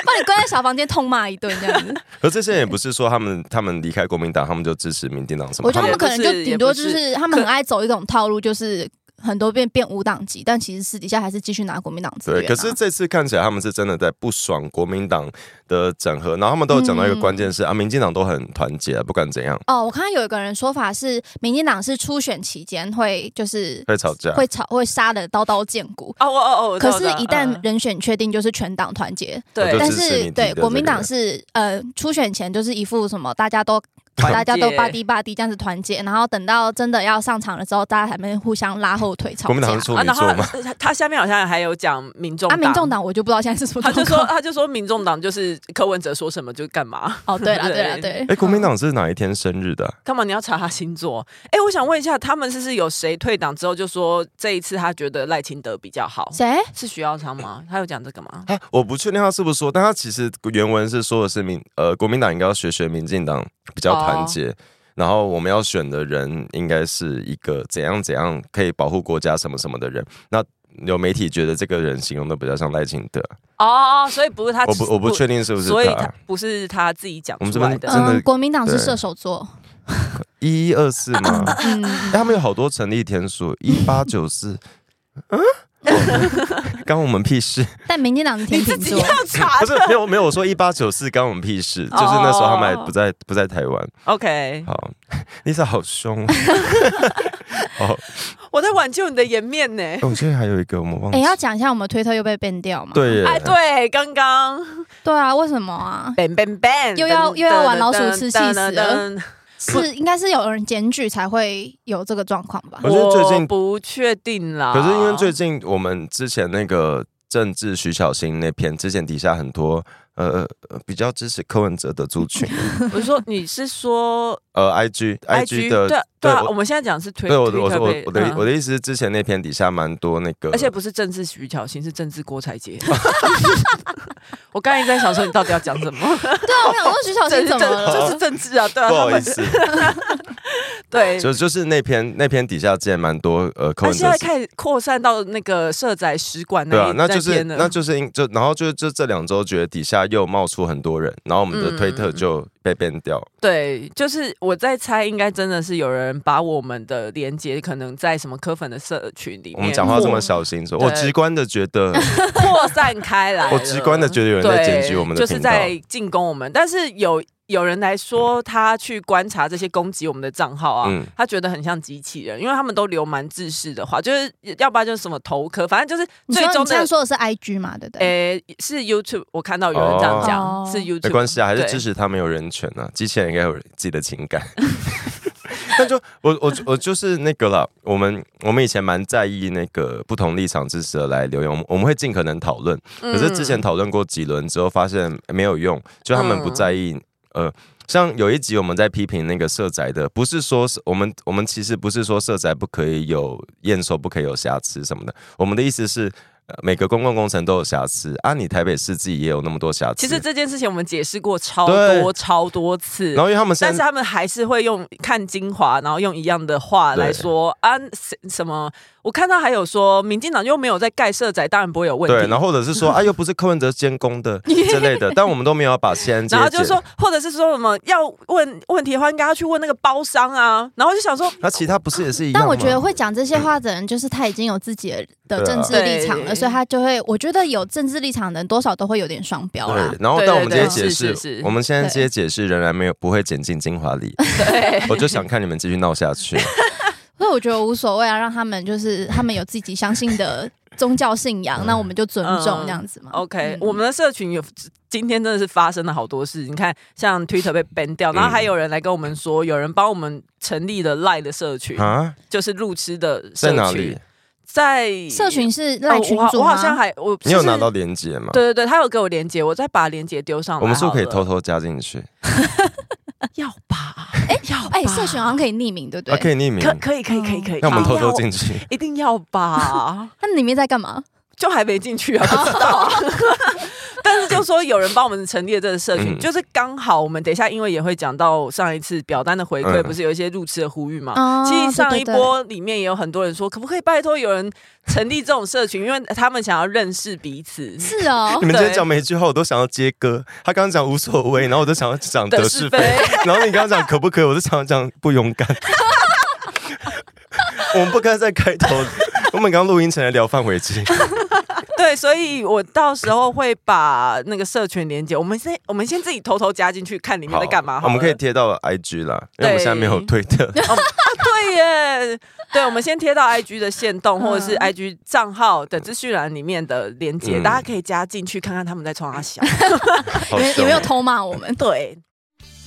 C: 把你关在小房间痛骂一顿这样子。
A: 而这些人也不是说他们他们离开国民党，他们就支持民进党什么，
C: 我觉得他
A: 他们
C: 们可能就顶多就
B: 也不
C: 是他们很爱走一种套路，就是很多遍变无党籍，但其实私底下还是继续拿国民党资源、
A: 对，
C: 啊。
A: 可是这次看起来他们是真的在不爽国民党的整合，然后他们都有讲到一个关
C: 嗯
A: 键是、啊，民进党都很团结啊，不管怎样
C: 哦，我看到有一个人说法是，民进党是初选期间会就是
A: 会吵架。
C: 会吵会杀的刀刀见骨，
B: 哦，我哦哦，我知
C: 可
B: 道
C: 是
B: 我知道，
C: 一旦
B: 嗯
C: 人选确定，就是全党团结。
A: 我就
B: 对，
C: 但
A: 支持你
C: 是
A: 提
C: 对
A: 的
C: 国民
A: 这个
C: 党是呃初选前就是一副什么大家都
B: 团
C: 大家都
B: 结
C: 巴蒂巴蒂这样子团结，然后等到真的要上场了之后，大家还没互相拉后腿吵
A: 国民
C: 架
A: 党是。处
B: 啊，
A: 女
B: 然后
A: 座吗？ <laughs>
B: 他他他下面好像还有讲民众
C: 啊，民众
B: 党。
C: 党我就不知道现在是什么
B: 他就
C: 状
B: 说，
C: 况。
B: 他就说，民众党就是柯文哲说什么就干嘛。
C: 哦，对了，
B: 对
C: 对了，对。
A: 哎，国民党是哪一天生日的啊、
B: 干嘛你要查他星座？哎、我想问一下，他们是不是有谁退党之后就说这一次他觉得赖清德比较好？
C: 谁？
B: 是徐耀昌吗？他有讲这个吗？
A: 啊，我不确定他是不是说，但他其实原文是说的是民呃国民党应该要学学民进党比较
B: 哦
A: 团结，然后我们要选的人应该是一个怎样怎样可以保护国家什么什么的人。那有媒体觉得这个人形容的比较像赖清德，
B: 哦，所以不是他，
A: 我不我不确定是不是
B: 所以
A: 他
B: 他。不是他自己讲
A: 我们
B: 出
A: 这边
B: 来的。 <laughs>
A: 真的
C: 嗯，国民党
A: 对
C: 是射手座。
A: 一一二四
B: <coughs>
A: 吗？
C: 嗯，
A: 哎他们有好多成立天数，一八九四，嗯， <laughs> 关我们屁
B: <laughs>
A: 事？
C: 但民进党是天秤座。
B: 查
A: 不是没有没有，我说一八九四关我们屁事，就是那时候他们还不
B: 哦
A: 在不在台湾。
B: OK，
A: 好，Lisa 好凶。哦，
B: <laughs> 我在挽救你的颜面
A: <laughs>
B: 呢。
A: 哎我记得还有一个我们忘
C: 哎，
A: 记
C: 要，讲一下我们推特又被 ban 掉嘛？
A: 对耶，
B: <laughs> 哎，对，刚 <laughs> 刚
C: 对啊，为什么啊？
B: ban ban ban，
C: 又要又要玩老鼠吃气死了。
A: <laughs> 不
C: 是应该是有人检举才会有这个状况
B: <laughs>
C: 吧？
A: 我觉得最近
B: 不确定啦，
A: 可是因为最近我们之前那个政治徐小新那篇，之前底下很多呃呃比较支持柯文哲的族
B: <laughs>
A: 群，
B: 我是说你
A: <laughs>
B: 是说
A: 呃，IG
B: IG
A: 的
B: 对对啊，
A: 我
B: 我们现在讲的是推
A: 对我的我说我我的我。
B: 推特被
A: 的
B: 嗯
A: 意思是，之前那篇底下蛮多那个，
B: 而且不是政治徐巧芯，是政治郭
A: <laughs>
B: 采洁。 <laughs> 我刚才一直在想说，你到底要讲什
C: <laughs>
B: 么？
C: 对啊，我想说徐小
B: 这
C: 新
B: 是
C: 怎
B: 政，
C: 么了？
B: 这是 <laughs> 政治啊，对啊，
A: 不
B: 他
A: 好
B: 们
A: 意思，
B: <laughs> 对，
A: 就就是那篇那篇底下之前蛮多呃柯
B: 他
A: 文
B: 现
A: 哲
B: 在
A: 是
B: 开始扩散到那个社宅使馆那
A: 对啊
B: 一，
A: 那就是
B: 边了
A: 那就是因就然后就就这两周觉得底下又冒出很多人，然后我们的推
B: 嗯
A: 特就被变掉。
B: 对，就是我在猜，应该真的是有人把我们的连接可能在什么科粉的社群里面，
A: 我们讲话这么小心，说
B: 对
A: 我直观的觉
B: <laughs>
A: 得，
B: 扩散开来
A: <laughs>
B: 了，
A: 我直观的觉得有人在检举我们的
B: 对就是
A: 频道。
B: 在进攻我们，但是有。有人来说，他去观察这些攻击我们的账号啊，
A: 嗯
B: 他觉得很像机器人，因为他们都流蛮自私的话，就是要不然就是什么头壳，反正就是
C: 你
B: 最
C: 说
B: 终
C: 你这
B: 的
C: 样，说的是 IG 嘛？对不对？
B: 诶、是 YouTube，我看到有人这样讲，
C: 哦
B: 是 YouTube，
A: 没关系啊，还是
B: 对
A: 支持他们有人权啊，机器人应该有自己的情感。 <laughs> 那就我我我就是那个啦，我们我们以前蛮在意那个不同立场支持者来留言，我们我们会尽可能讨论。
B: 嗯
A: 可是之前讨论过几轮之后，发现没有用，就他
B: 嗯
A: 们不在意。呃，像有一集我们在批评那个社宅的，不是说是我们我们其实不是说社宅不可以有验收，不可以有瑕疵什么的。我们的意思是。呃每个公共工程都有瑕疵啊！你台北市自己也有那么多瑕疵，
B: 其实这件事情我们解释过超
A: 对
B: 多超多次，
A: 然后因为他们现
B: 但是
A: 在
B: 他们还是会用看精华，然后用一样的话来说啊什什么？我看到还有说，民进党又没有在盖社宅，当然不会有问
A: 对，
B: 题。
A: 然后或者是
B: <laughs>
A: 说，啊，又不是柯文哲监工的之类的，但我们都没有把西安街
B: 然后就
A: 解
B: 说，或者是说什么要问问题的话，应该要去问那个包商啊。然后我就
A: <laughs>
B: 想说，
A: 那其他不是也是一样
C: 但
A: 吗？
C: 我觉得会讲这些话的人，就是他已经有自己
A: 啊
C: 的政治立场
B: 对
C: 了，所以他就会，我觉得有政治立场的人多少都会有点双标啦
A: 对。，然后
B: 对
A: 但我
B: 对
A: 们这些
B: 对
A: 解
B: 是是
A: 释
B: 是，
A: 我们现在这些
C: 对
A: 解释仍然没有不会剪进精华里，
B: <laughs> 对，
A: <laughs> 我就想看你们继续闹下
B: <laughs>
A: 去。
C: 所以我觉得无所谓啊，让他们就是他们有自己相信的宗教信仰，那我们就尊重
B: 嗯
C: 这样子嘛。
B: OK，、
C: 嗯
B: 我们的社群有今天真的是发生了好多事。你看，像 Twitter 被 ban 掉，
A: 嗯
B: 然后还有人来跟我们说，有人帮我们成立了 Line 的社群，
A: 啊，
B: 就是路痴的社
A: 在哪
B: 群
A: 里？？
B: 在
C: 社群是
B: 哦
C: 赖群
B: 我好
C: 主
B: 我
C: 吗
B: 好像还我
A: 你有
B: 就是
A: 拿到链接吗？
B: 对对对，他有给我连接，我再把连接丢上来。
A: 我们是不是可以偷
B: 好
A: 偷
B: 了
A: 加进去？
B: 要吧？哎、要
C: 哎，
B: 吧
C: 社群好像嗯可以匿名，对不
A: 啊，可
C: 对？
A: 以匿名
B: 可，可以可以可以可以，
A: 那我们偷偷
B: 要
A: 进，去。
B: 一定要
C: <laughs>
B: 吧？
C: 那里面在干嘛？
B: 就还没进去啊，不知道
C: <laughs>
B: 啊。但是就说有人帮我们成立了这个社群，
A: 嗯
B: 就是刚好我们等一下，因为也会讲到上一次表单的回馈，
A: 嗯
B: 不是有一些入吃的呼吁嘛？
C: 哦
B: 其实上一
C: 对对对
B: 波里面也有很多人说，可不可以拜托有人成立这种社群，因为他们想要认识彼
C: <laughs>
B: 此。
C: 是哦
A: <laughs> 你，们今天
B: 对
A: 讲每一句话，我都想要接歌。他刚刚讲无所谓，然后我都想要讲
B: 得
A: 得
B: 是
A: 是
B: 非
A: 非，然后你刚刚讲 <laughs> 可不可以，我就想要讲不勇敢。我们不该再开头我们刚录音前来聊范玮琪，
B: <laughs> 对，所以我到时候会把那个社群连接，我们先我们先自己偷偷加进去看里面在干嘛好
A: 我们可以
B: 了啊
A: 贴到 IG 啦，因为我们现在没有推特。
B: 对耶，对，我们先贴到 IG 的线动或者是
C: 嗯
B: IG 账号的资讯栏里面的连接，
A: 嗯
B: 大家可以加进去看看他们在冲啥小。
A: 好
C: 哎你
A: 凶哦
C: 们有没有偷骂我们？
B: <laughs> 对， <laughs>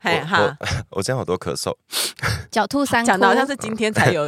B: 嘿哈，
A: 我今天好多咳嗽，
C: 狡兔三窟，
B: 讲的好像是今天才
A: <laughs>
B: 有，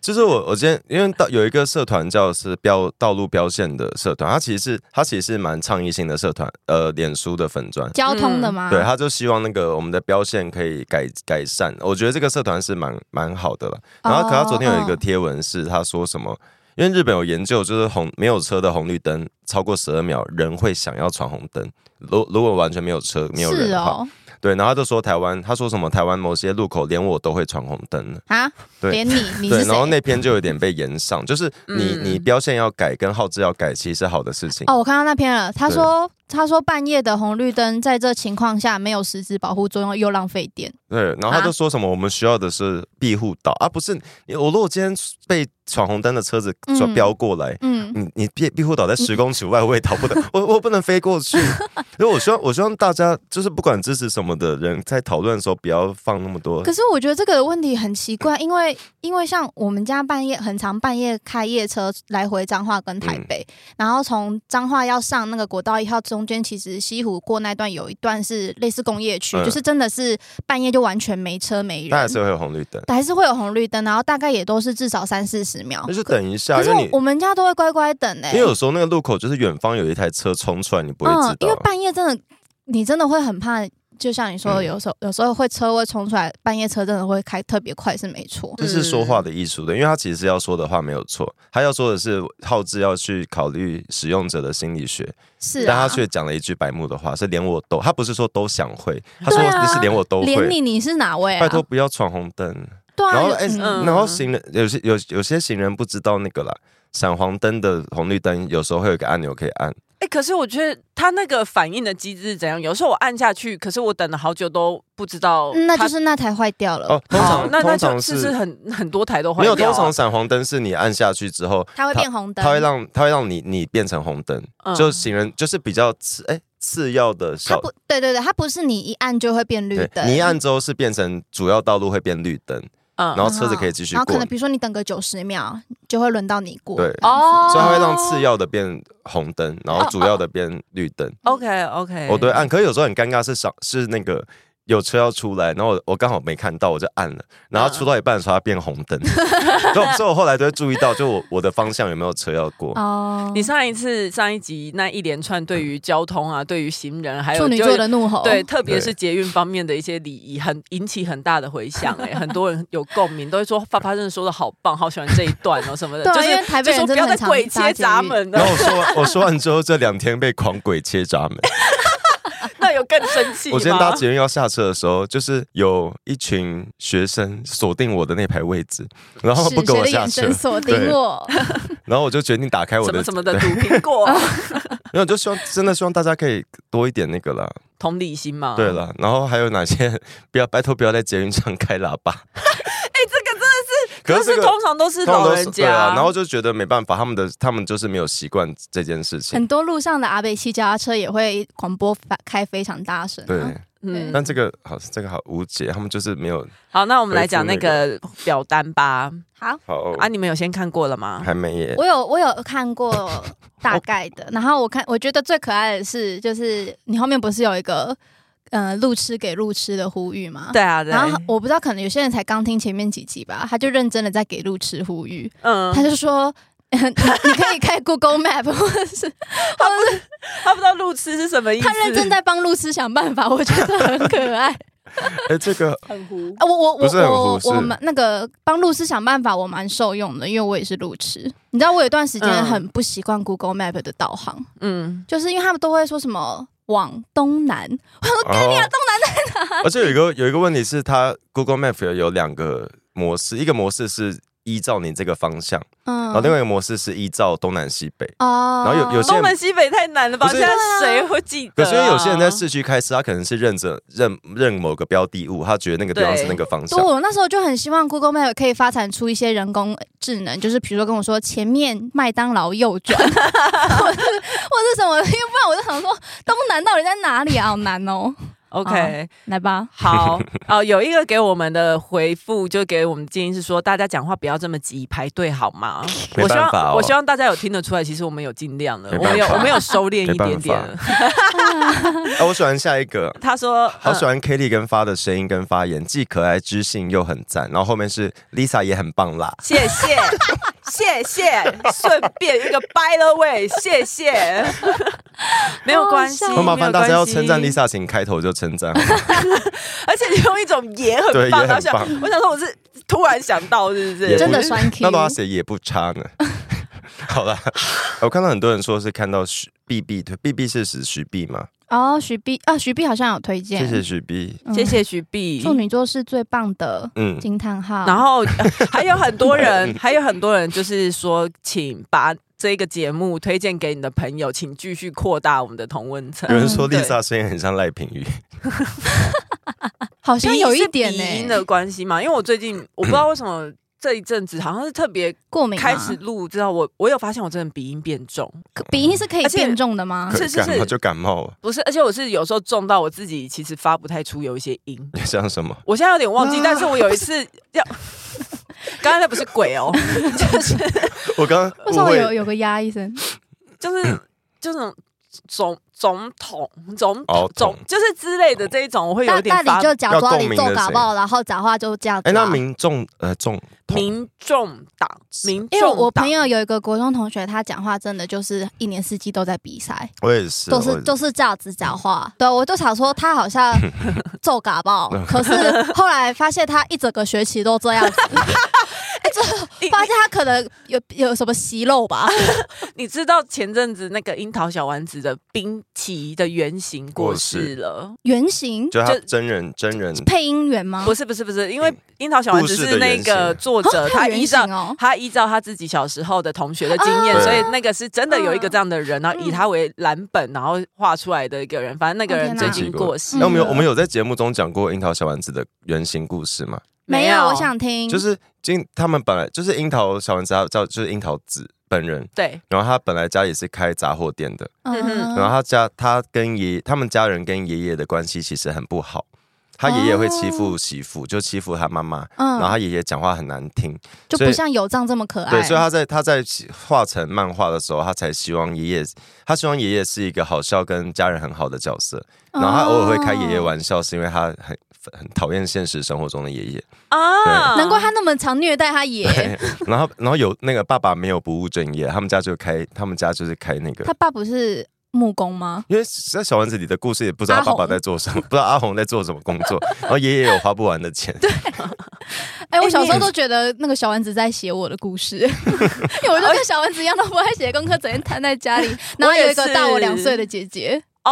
A: 就是我我今天因为到有一个社团叫是标道路标线的社团，它其实是它其实是蛮倡议性的社团，呃，脸书的粉砖。
C: 交通的吗？
A: 嗯对，他就希望那个我们的标线可以改改善。我觉得这个社团是蛮蛮好的了。
C: 哦
A: 然后，可他昨天有一个贴文是他说什么？因为日本有研究，就是红没有车的红绿灯超过十二秒，人会想要闯红灯。如如果完全没有车没有人
C: 是
A: 的话，
C: 哦，
A: 对。然后他就说台湾，他说什么台湾某些路口连我都会闯红灯了。
C: 啊，
A: 对
C: 连你，你
A: 对，
C: 是
A: 然后
C: 谁？
A: 那篇就有点被延上，就是你、
B: 嗯
A: 你标线要改跟号志要改，其实是好的事情。
C: 哦，我看到那篇了。他说，他说半夜的红绿灯在这情况下没有实质保护作用，又浪费电。
A: 对，然后他
C: 啊
A: 就说什么我们需要的是庇护岛啊，不是你我如果今天被闯红灯的车子
C: 嗯
A: 所飙过来，
C: 嗯，
A: 你你庇庇护岛在十公尺外，我也逃
C: <laughs>
A: 不了，我我不能飞过去。所以我希望我希望大家就是不管支持什么的人，在讨论的时候不要放那么多
C: 可。是我觉得这个问题很奇怪，因为因为像我们家半夜很常半夜开夜车来回彰化跟
A: 嗯
C: 台北，然后从彰化要上那个国道一号，中间其实西湖过那段有一段是类似工业区，
A: 嗯
C: 就是真的是半夜就完全没车没
A: 当
C: 人
A: 然，是会有红绿灯，
C: 还是会有红绿灯，然后大概也都是至少三四十秒
A: 那。就等一下，
C: 哦
A: 因
C: 可是
A: 为
C: 我
A: 你
C: 我们家都会乖乖等哎、
A: 因为有时候那个路口就是远方有一台车冲出来，你不会知
C: 嗯，
A: 道
C: 因为
A: 啊。
C: 半夜真的你真的会很怕。就像你说，
A: 嗯
C: 有时候有时候会车会冲出来，半夜车真的会开特别快，是没错。
A: 这是说话的艺术的，因为他其实要说的话没有错，他要说的是浩志要去考虑使用者的心理学，
C: 是、啊，
A: 但他却讲了一句白目的话，是连我都，他不是说都想会，他说
C: 对啊
A: 是连我都
C: 连
A: 会。
C: 你你是哪位啊？
A: 拜托不要闯红灯。
C: 对啊，
A: 然后
C: 有
A: 哎、
C: 嗯
B: 嗯
A: 然后行人有些有有些行人不知道那个啦，闪黄灯的红绿灯有时候会有一个按钮可以按，
B: 哎、可是我觉得他那个反应的机制是怎样？有时候我按下去，可是我等了好久都不知道它，
C: 嗯那就是那台坏掉了，
A: 哦通常
B: 哦那那
A: 通常
B: 就是是很很多台都坏
A: 没
B: 掉
A: 有，
B: 啊、
A: 通常闪黄灯是你按下去之后，
C: 它会变红灯，
A: 它会让它会让你你变成红灯，
B: 嗯
A: 就行人就是比较次哎、次要的
C: 它
A: 小。
C: 不对对对，它不是你一按就会变绿
A: 对，
C: 灯，
A: 你一按之后是变成主要道路会变绿灯，
B: 嗯
A: 然后车子可以继续
C: 然后可
A: 过，
C: 能比如说你等个九十秒就会轮到你过，
A: 对，
B: 哦
A: 所以它会让次要的变红灯，然后主要的变绿
C: 哦
A: 灯。
B: OK OK，
A: 我都会按，可是有时候很尴尬是上是那个有车要出来，然后我我刚好没看到，我就按了，然后出到一半的时候它变红
C: 嗯
A: 灯， <laughs> 所以我所以我后来都会注意到，就我我的方向有没有车要过。
C: 哦，
B: 你上一次上一集那一连串对于交通啊，对于行人，还有
C: 处女
B: 就
C: 座的哦怒吼，
B: 对，，特别
A: 对
B: 是捷运方面的一些礼仪，很引起很大的回响、哎，很多人有共鸣，都会说发发真的说的好棒，好喜欢这一段哦什么的，
C: 对啊
B: 就是
C: 因为台北人真
B: 就说不
C: 的
B: 要
C: 很
B: 在
C: 常
B: 鬼切
C: 搭
B: 闸
C: 捷运
B: 门
A: 然
B: 了，
A: 后我说完我说完之后，这两天被狂鬼切闸门。
B: 那有更生气吗？
A: 我今天搭捷运要下车的时候，就是有一群学生锁定我的那排位置，然后
C: 是
A: 不给
C: 谁
A: 我
C: 的
A: 下
C: 眼
A: 车
C: 神，锁定
A: 对
C: 我，
A: 然后我就决定打开哎我
B: 什
A: 的
B: 么什么的毒苹果，
A: 没有，就希望真的希望大家可以多一点那个啦，
B: <laughs> 同理心嘛，
A: 对了，然后还有哪些 <laughs> 不要拜托不要在捷运上开喇叭？哎、这个
B: 但
A: 真的是，可是这
B: 是
A: 个
B: 通常都是
A: 通常
B: 老
A: 都
B: 人
A: 对
B: 家，
A: 啊，然后就觉得没办法，他们的他们就是没有习惯这件事情。
C: 很多路上的阿北骑脚踏车也会广播发开非常大声、啊，
A: 对，
B: 嗯，
A: 但这个好，这个好无解，他们就是没有
B: 好，那我们来讲
A: 回
B: 那
A: 复那
B: 个表单吧。
C: 好。
A: 好、
B: 啊，你们有先看过了吗？
A: 哦还没耶。
C: 我有我有看
A: <laughs>
C: 过大概的，然后我看我觉得最可爱的是，就是你后面不是有一个呃路痴给路痴的呼吁吗？。
B: 对啊，对，
C: 然后我不知道，可能有些人才刚听前面几集吧，他就认真的在给路痴呼吁，
B: 嗯，
C: 他就说。 <laughs> 你可以开 Google Map，或者
B: <laughs>
C: 是
B: 他不知道路痴是什么意思，
C: 他认真在帮路痴想办法，我觉得很可爱。
A: 哎、这个
B: 很糊。
C: 啊我我
A: 不
C: 我
A: 是很
C: 我
A: 服
C: 我
A: 是
C: 蛮那个帮路痴想办法，我蛮受用的，因为我也是路痴。 <laughs> 你知道我有一段时间
B: 嗯
C: 很不习惯 Google Map 的导航，
B: 嗯，
C: 就是因为他们都会说什么往东南，
A: 我跟你啊，东南在哪？而且有一个有一个问题是，它 Google Map 有有两个模式，一个模式是依照你这个方向，
C: 嗯，
A: 哦然后另外一个模式是依照东南西北。
C: 哦，
A: 然后有有些
B: 东门西北太难了吧？
A: 不是
B: 现在谁会记
A: 可
B: 得、啊？
A: 是因为有些人在市区开车，他可能是认着认认某个标的物，他觉得那个地方是那个方向
C: 对，。我那时候就很希望 Google Map 可以发展出一些人工智能，就是比如说跟我说前面麦当劳右转， <laughs> 或者是或者是什么，因为不然我就想说东南到底在哪里啊？好难哦，
B: OK，、
C: 来吧，
B: 好，哦，有一个给我们的回复，就给我们建议是说，大家讲话不要这么急，排队好吗？
A: 没
B: 我希
A: 办法
B: 望
A: 哦
B: 我希望大家有听得出来，其实我们有尽量了，
A: 没
B: 我们
A: 办
B: 有
A: 法
B: 我们有收敛一点
A: 没
B: 点
A: 办
B: 了。
A: 啊，我喜欢下一个，
B: 他说，
A: 好喜
B: 嗯
A: 欢 Kelly 跟发的声音跟发言，既可爱知性又很赞。然后后面是 Lisa 也很棒啦，
B: 谢
A: <laughs>
B: 谢谢谢，顺便一个 by the way，
A: <laughs>
B: 谢谢，没有关系，
C: 好好笑
A: 那麻烦大家要称赞
B: 嗯没有关系
A: Lisa，请开头就称赞，好吗
B: 而且你用一种也很
A: 对
B: 棒，
A: 也
B: 然后
A: 很
B: 想
A: 棒
B: 我想说我是突然想到，是不
A: 也不
B: 是？
C: 真的酸 Q，
A: 那都要写也不差
C: <laughs>
A: 呢。好啦，我看到很多人说是看到徐 B B 推 B B 是指徐 B 吗？
C: 哦，徐碧啊，徐碧好像有推荐，
A: 谢谢徐 B。
C: 嗯
B: 谢谢徐碧，
C: 处女座是最棒的
A: 嗯，
C: 惊叹号，
B: 然后 <laughs> 呃还有很多
A: <laughs>
B: 人，还有很多人就是说，请把这个节目推荐给你的朋友，请继续扩大我们的同温层。
A: 有人说
B: 嗯对
A: Lisa 声音很像赖品妤，
C: 好像有
B: 鼻
C: 一
B: 是
C: 点欸
B: 鼻音
C: 呢，
B: 的关系嘛，因为我最近我不知道为什么这一阵子好像是特别
C: 过敏吗
B: 开始录之后，我我有发现我真的鼻音变重，
C: 可鼻音是可以
B: 而且
C: 变重的吗
B: 可？是是
A: 感冒
B: 是
A: 就感冒了， <laughs>
B: 不是，而且我是有时候重到我自己其实发不太出有一些音，
A: 你像什么？
B: 我现在有点忘记，但是我有一次要，刚才那不是鬼哦，
A: 我刚
C: 为
A: 刚
C: 什
A: 误
C: 么有
A: 会
C: 有个压医生？
B: 就是就是那种总总统总
A: 哦
B: 总
A: 总
B: 就是之类的这一种，我会有
C: 大
B: 点
C: 大
B: 发
C: 理就假抓
A: 要共
C: 你
A: 鸣的
C: 做打
A: 谁
C: 爆，然后讲话就这样。啊
A: 哎，那民众呃众
B: 民众党，民
C: 因为
B: 众
C: 我
B: 党
C: 朋友有一个国中同学，他讲话真的就是一年四季都在比赛，
A: 我也是，
C: 都
A: 我
C: 是
A: 也
C: 都是这样子讲话。
B: 嗯
C: 对，我就想说他好
B: <laughs>
C: 像揍嘎爆，可是后来发现他一整个学期都这
B: <laughs>
C: 样子。哎，这
B: 你
C: 发现他可能有有什么息肉吧？
B: 你知道前阵子那个樱桃小丸子的冰淇的原型过世了？
C: 原型
A: 就他
B: 就
A: 真人真人
C: 配音员吗？
B: 不是不是不是，因为樱桃小丸子
A: 嗯故事的
B: 是那
A: 原
B: 个
A: 型
B: 作者，
C: 他
B: 他
C: 有原
B: 依照
C: 型哦。
B: 他依照他自己小时候的同学的经验，
A: 啊
B: 所以那个是真的有一个这样的人，然后以
C: 嗯
B: 他为蓝本，然后画出来的一个人。反正那个
C: 哦
B: 人
C: 天
B: 最
C: 哪
B: 近
A: 奇怪
B: 过世
C: 嗯
A: 那哎我
B: 了。
A: 们有我们有在节目中讲过樱桃小丸子的原型故事吗？
C: 没有，我想听。
A: 就是今他们本来就是樱桃小丸子，他叫就是樱桃子本人，
B: 对，
A: 然后他本来家里是开杂货店的，
C: 嗯哼，
A: 然后他家他跟爷他们家人跟爷爷的关系其实很不好，他爷爷会欺负媳妇，就欺负他妈妈。
C: 哦嗯
A: 然后他爷爷讲话很难听，
C: 就
A: 所
C: 不
A: 以
C: 像有藏这么可爱。
A: 对，所以他在他在画成漫画的时候，他才希望爷爷，他希望爷爷是一个好笑跟家人很好的角色。
C: 哦
A: 然后他偶尔会开爷爷玩笑，是因为他很很讨厌现实生活中的爷爷。
B: 啊，
C: 难怪他那么常虐待他爷，
A: 然后然后有那个爸爸没有不务正业，他们家就开他们家就是开那个
C: 他。爸不是木工吗？
A: 因为在小丸子里的故事也不知道
C: 阿红
A: 爸爸在做什么，不知道阿红在做什么工作，然后爷爷有花不完的钱，
C: 哎、
B: 哎
C: 我小时候
B: 你
C: 都觉得那个小丸子在写我的
A: <laughs>
C: 故事，因为我就
A: 哎
C: 跟小丸子一样，都不爱写功课，整天瘫在家里。然后有一个大我两岁的姐姐，
B: 哦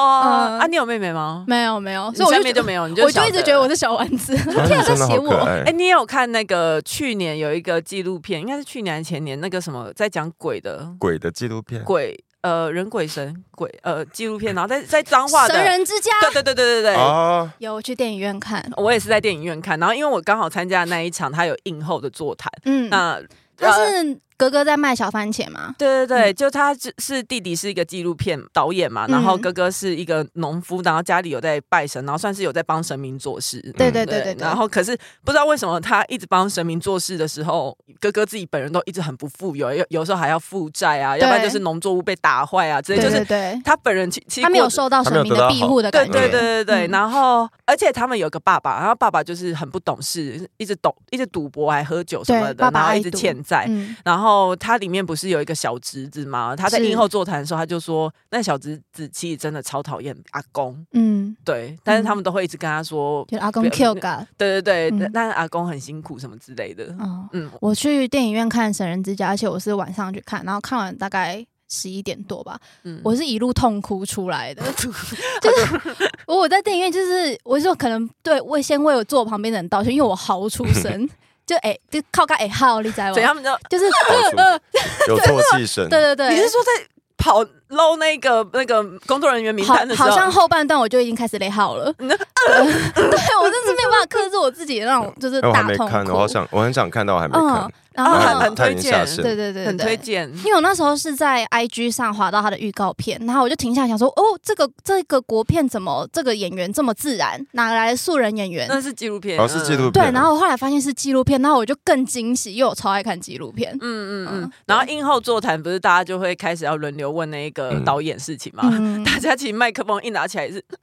C: 嗯
B: 啊，你有妹妹吗？
C: 没有没有，哦
B: 你
C: 所以我
B: 下
C: 就觉
B: 面就
C: 得
B: 没有，你
C: 我
B: 就
C: 就一直觉得我是小丸子，
A: 小丸
C: 天啊，
A: 子
C: 在
A: 真的
C: 写
A: 好可
C: 我。
A: 爱
B: 哎、。你也有看那个去年有一个纪录片，应该是去年还是前年那个什么在讲鬼的
A: 鬼的纪录片，
B: 鬼呃人鬼神鬼呃纪录片，然后在在彰化的
C: 神人啊之家
B: 对对对对对对。
A: 哦，
C: 有我去电影院看，
B: 我也是在电影院看，然后因为我刚好参加那一场，他有映后的座谈，
C: 嗯，
A: 啊
B: 那
C: 他
B: 呃
C: 是嗯格格在卖小番茄吗？
B: 对对对，就他是是弟弟是一个纪录片导演嘛，然后
C: 嗯
B: 哥哥是一个农夫，然后家里有在拜神，然后算是有在帮神明做事，
A: 嗯
C: 对对对对对。
B: 然后可是不知道为什么他一直帮神明做事的时候，哥哥自己本人都一直很不富有，有有时候还要负债啊，要不然就是农作物被打坏啊之类，
C: 对
B: 就
C: 对
B: 是
C: 对，
B: 他本人其其实
C: 他没有
B: 过
C: 受到神明
A: 他没
C: 的
A: 有得
C: 庇
A: 到
C: 护的
B: 对
C: 感觉。
B: 对对对对，
C: 嗯
B: 然后而且他们有个爸爸，然后爸爸就是很不懂事，一直赌一直赌博，还喝酒什么
C: 对
B: 的，
C: 爸爸
B: 然后一
C: 爱
B: 直
C: 赌
B: 欠债。
C: 嗯，
B: 然后他里面不是有一个小侄子吗？他在
C: 是
B: 映后座谈的时候，他就说那小侄子其实真的超讨厌阿公，
C: 嗯，
B: 对，但是他
C: 嗯
B: 们都会一直跟他说，
C: 就是阿公
B: 不要
C: Q 噶，
B: 对对对，
C: 嗯
B: 但但是阿公很辛苦什么之类的。
C: 哦，
B: 嗯，
C: 我去电影院看《神人之家》，而且我是晚上去看，然后看完大概十一点多吧，
B: 嗯
C: 我是一路痛哭出来的。就是我我在电影院，就是我就可能对为先为我坐我旁边的人道歉，因为我嚎出声。就哎、就靠个哎号，你知道
B: 所以
C: 吗？
B: 他们就
C: 就是
A: 到处
C: 呃呃
A: 有唾弃声，
C: 对对对，
B: 你是说在跑捞那个那个工作人员名
C: 好
B: 单的，时候，
C: 好像后半段我就已经开始累耗了。 <laughs>
B: 嗯
C: 呃对我真是没有办法克制我自己的那种，就是
A: 哎我还
C: 大
A: 没
C: 痛
A: 看，我好
C: 苦。
A: 想，我很想看到，我还没看
C: 嗯，，然
B: 啊
C: 后
B: 很很
A: 探
B: 推
A: 一
B: 荐
A: 下是，
C: 对对对，
B: 很
C: 对
B: 推。荐。
C: 因为我那时候是在 IG 上滑到他的预告片，然后我就停下来想说，哦，这个这个国片怎么这个演员这么自然，哪来的素人演员？
B: 那是纪录片，
A: 然后哦是纪录
B: 片。
A: 片，
C: 对，然后我后来发现是纪录片，然后我就更惊喜，因为我超爱看纪录片。
B: 嗯嗯嗯
C: 嗯，
B: 然后映后座谈不是大家就会开始要轮流问那个
A: 嗯
B: 导演事情嘛？
C: 嗯，
B: 大家其实麦克风一拿起来是， <laughs>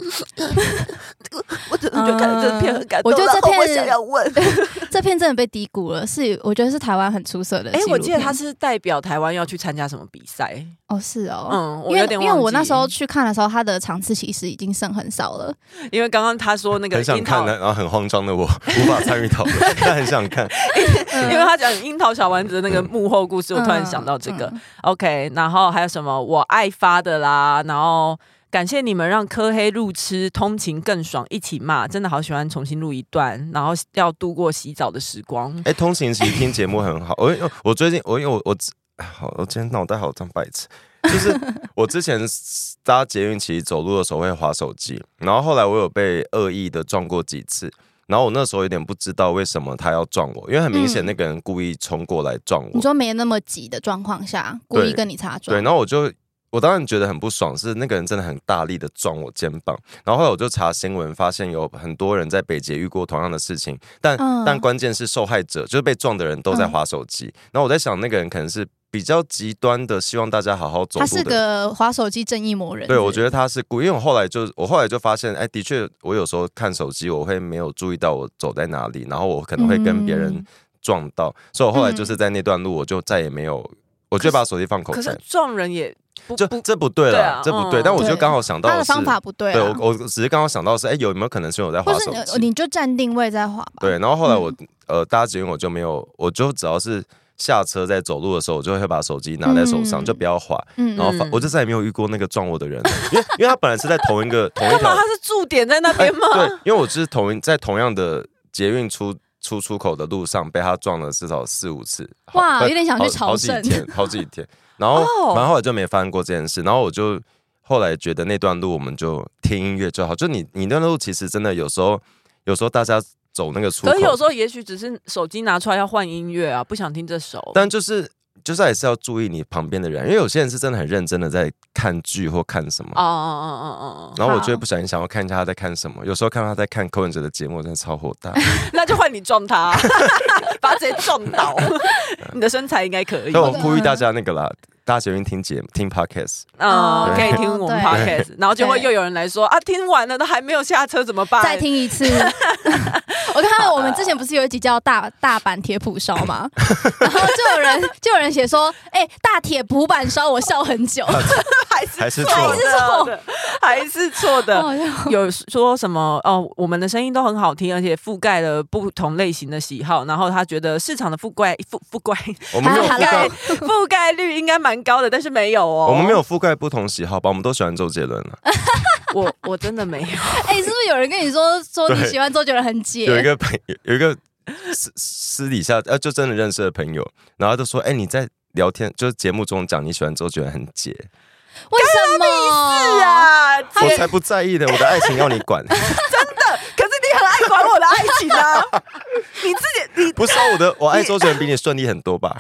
B: 我真的觉得看了这片很感动，
C: 我觉得这
B: 然后我
C: 片
B: 想要问，
C: 这片真的被低估了，是我觉得是台湾很出色的纪
B: 哎
C: 录，片。
B: 我记得他是代表台湾要去参加什么比赛，
C: 哦，是哦，
B: 嗯，我
C: 因为
B: 有点
C: 因
B: 忘记
C: 为我那时候去看的时候，他的场次其实已经剩很少了。
B: 因为刚刚他说那个
A: 很想
B: 樱桃
A: 看，，然后很慌张的我无法参与讨论，但很想看。
B: <laughs> <laughs> 因
C: 嗯
B: 为他讲樱桃小丸子的那个幕后故事，我突然想到这个。
C: 嗯
B: OK，然后还有什么我爱发的啦，然后感谢你们让科黑路痴通勤更爽，一起骂，真的好喜欢重新录一段，然后要度过洗澡的时光。
A: 哎，通勤其实听节目很好。我我最近我因为我我哎好，我今天脑袋好像白痴。就是我之前搭捷运，其实走路的时候会划手机，然后后来我有被恶意的撞过几次，然后我那时候有点不知道为什么他要撞我，因为很明显
C: 嗯
A: 那个人故意冲过来撞我。
C: 你说没那么急的状况下，故意跟你擦
A: 对，
C: 撞，
A: 然后我就我当然觉得很不爽，是那个人真的很大力的撞我肩膀。然后后来我就查新闻，发现有很多人在北捷遇过同样的事情，但、
C: 嗯
A: 但关键是受害者就是被撞的人都在划手机。然后我在想，那个人可能是比较极端的，希望大家好好走
C: 他
A: 路
C: 是
A: 的人。
C: 个划手机正义魔人。
A: 对，我觉
C: 得
A: 得他是故意，因为我后来就我后来就发现，哎，的确，我有时候看手机，我会没有注意到我走在哪里，然后我可能会跟别人
C: 嗯
A: 撞到，所以我后来
C: 嗯
A: 就是在那段路，我就再也没有，我
B: 可
A: 就是把手机放口
B: 可
A: 袋
B: 是。撞人也不
A: 就
B: 不
A: 这不对
B: 对
A: 啦，
B: 啊
A: 这不对。
B: 嗯
A: 但我就
C: 对
A: 刚好想到
C: 他的
A: 是
C: 方法不对
A: 对
C: 啊
A: 我，我只是刚好想到是，哎，有没有可能是我在划
C: 或
A: 手
C: 是你嗯
A: 机？
C: 你就站定位在划吧。
A: 对，然后后来我呃搭捷运我就没有，我就只要是下车在走路的时候，我就会把手机拿在手上，
C: 嗯
A: 就不要划。
C: 嗯，
A: 然后反
B: 嗯
A: 我就再也没有遇过那个撞我的人了，因为因为他本来是在同一个同一
B: 干嘛？ <laughs>
A: 条
B: 他，是驻点在那边吗？
A: 哎对，因为我是同一在同样的捷运出。出出口的路上被他撞了至少四五次，好
C: 哇
A: 但
C: 有点想去
A: 好
C: 朝
A: 好几
C: 圣
A: 天，
B: <laughs>
A: 好几天。然后，
B: 哦
A: 然后后来就没翻过这件事。然后我就后来觉得那段路我们就听音乐就好。就你你那段路其实真的有时候，有时候大家走那个出
B: 可是有
A: 口，
B: 时候也许只是手机拿出来要换音乐啊，不想听这首。
A: 但就是就是还是要注意你旁边的人，因为有些人是真的很认真的在看剧或看什么。
B: 哦哦哦哦哦，
A: 然后我就会不小心想要看一下他在看什么，有时候看到他在看柯文哲的节目，我真的超火大。
B: 那就换你撞他， <laughs> 把他直接撞
A: <laughs>
B: 倒。你的身材应该可以
A: 所以我
C: 的
A: 呼吁大家那个啦，大家喜欢听节目听
C: <laughs>
A: podcast，
B: 嗯，可
C: 哦对
B: 以听我们
C: 对
B: podcast，然后就会
C: 对
B: 又有人来说啊，听完了都还没有下车怎么办？
C: 再听一次。我看到我们之前不是有一集叫大“大阪铁普烧”
A: <laughs>
C: 吗？然后就有人就有人写说：“哎、大铁普板烧，我笑很
A: 啊
C: 久。
B: <laughs> 还是
A: 还是
B: 错
A: 错
B: 的， <laughs> 还是
C: <laughs>
B: 错的。
C: 好笑
B: <laughs> 有说什么哦？我们的声音都很好听，而且覆盖了不同类型的喜好。然后他觉得市场的覆盖覆覆盖
A: 我们没有
C: 好
A: 覆
C: 了好
A: 盖
C: 了，
B: 覆盖率应该蛮高的，但是没有哦。
A: 我们没有，覆盖不同喜好吧？我们都喜欢周杰伦啊。
B: 我我真的没有。
C: 哎、是不是有人跟你说说你
A: 对
C: 喜欢周杰伦很解？
A: 有一个朋友，有一个私私底下呃，就真的认识的朋友，然后他就说：“哎、你在聊天，就是节目中讲你喜欢周杰伦很解，
C: 为什么？
B: <laughs> 是，啊，这
A: 我才不在
C: <laughs>
A: 意的，我的爱情要你管，
B: 可是你很爱管我的爱情啊！ <laughs> 你自己你
A: 不是、啊、我的，我爱周杰伦比你顺利很多
C: <laughs>
A: 吧？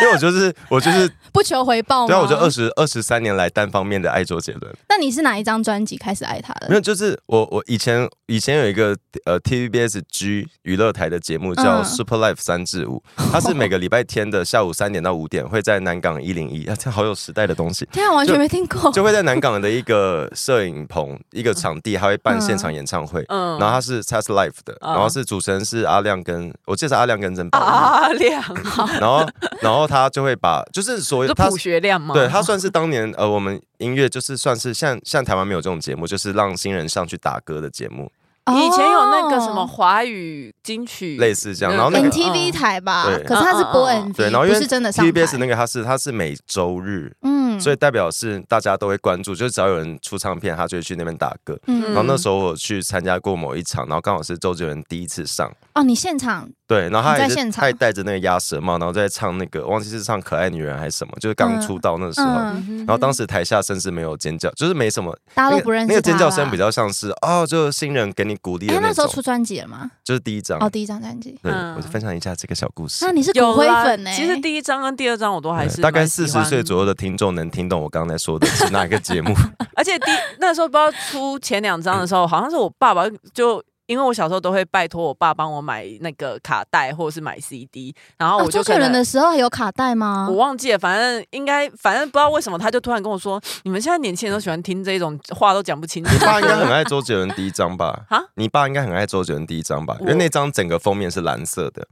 A: 因为我就是我就是，
C: 不求回报吗？
A: 对啊，我就二十二十三年来单方面的爱周杰伦。”
C: 那你是哪一张专辑开始爱他
A: 没
C: 的？
A: 有，就是我我以前以前有一个呃 TVBS G 娱乐台的节目叫
C: 嗯
A: Super Life 三至五，它是每个礼拜天的下午三点到五点会在南港一零一，啊，这好有时代的东西。
C: 天啊，完全没听
B: 哦
C: 过。
A: 就会在南港的一个摄影棚、一个场地，还会办现场演唱会。
B: 嗯
A: 然后它是 Test Life 的，
B: 嗯
A: 然后是主持人是阿亮跟 <laughs> 我介绍阿亮跟曾宝仪，
B: 啊亮，
A: 然后然后他就会把就是所
B: 你
A: 有
B: 说
A: 他
B: 朴学亮吗？
A: 对他算是当年呃，我们音乐就是算是像像台湾没有这种节目，就是让新人上去打歌的节目，
C: 哦
B: 以前有那个什么华语金曲
A: 类似这样。
B: 嗯
A: 然后那个
C: MTV 台吧
A: 对，
C: 可是他是播
B: 嗯嗯嗯
C: NV，
A: 对，然后因
C: 不
A: 为
C: 是真的上
A: TBS
C: 台。
A: 那个它是它是每周日，
C: 嗯
A: 所以代表是大家都会关注，就是只要有人出唱片，他就会去那边打歌。
C: 嗯
A: 然后那时候我去参加过某一场，然后刚好是周杰伦第一次上，
C: 哦，你现场
A: 对，然后他
C: 你在
A: 也是
C: 现场
A: 他也戴着那个鸭舌帽，然后在唱那个，忘记是唱《可爱女人》还是什么，就是刚出道那时候。
C: 嗯，
A: 然后当时台下甚至没有尖叫，就是没什么，
C: 大
A: 那
C: 家
A: 个
C: 都不认识
A: 那个尖叫声
C: 他
A: 比
C: 啦。
A: 较像是哦，就是新人给你鼓励
C: 哎
A: 的，
C: 那
A: 那
C: 时
A: 种
C: 候，出专辑了吗？
A: 就是第一张。
C: 哦，第一张专辑。
A: 对，
B: 嗯
A: 我分享一下这个小故事
C: 那。你是
B: 有
C: 骨灰
B: 啦
C: 粉呢？欸
B: 其实第一章跟第二章我都还
A: 对
B: 是
A: 大概
B: 蛮喜
A: 四
B: 欢
A: 十岁左右的听众能听懂我刚才说的是哪一个节
B: <laughs>
A: 目？
B: 而且第那时候不知道出前两张的时候，好像是我爸爸就。因为我小时候都会拜托我爸帮我买那个卡带或者是买 CD，然后
C: 哦
B: 我就
C: 周杰
B: 可能、
C: 伦的时候有卡带吗
B: 我？忘记了，反正应该反正不知道为什么他就突然跟我说，你们现在年轻人都喜欢听这种话都讲不清楚
A: 你。爸应该很爱周杰伦第一张吧
B: 啊？
A: 你爸应该很爱周杰伦第一张吧？因为
B: 我
A: 那张整个封面是蓝色的，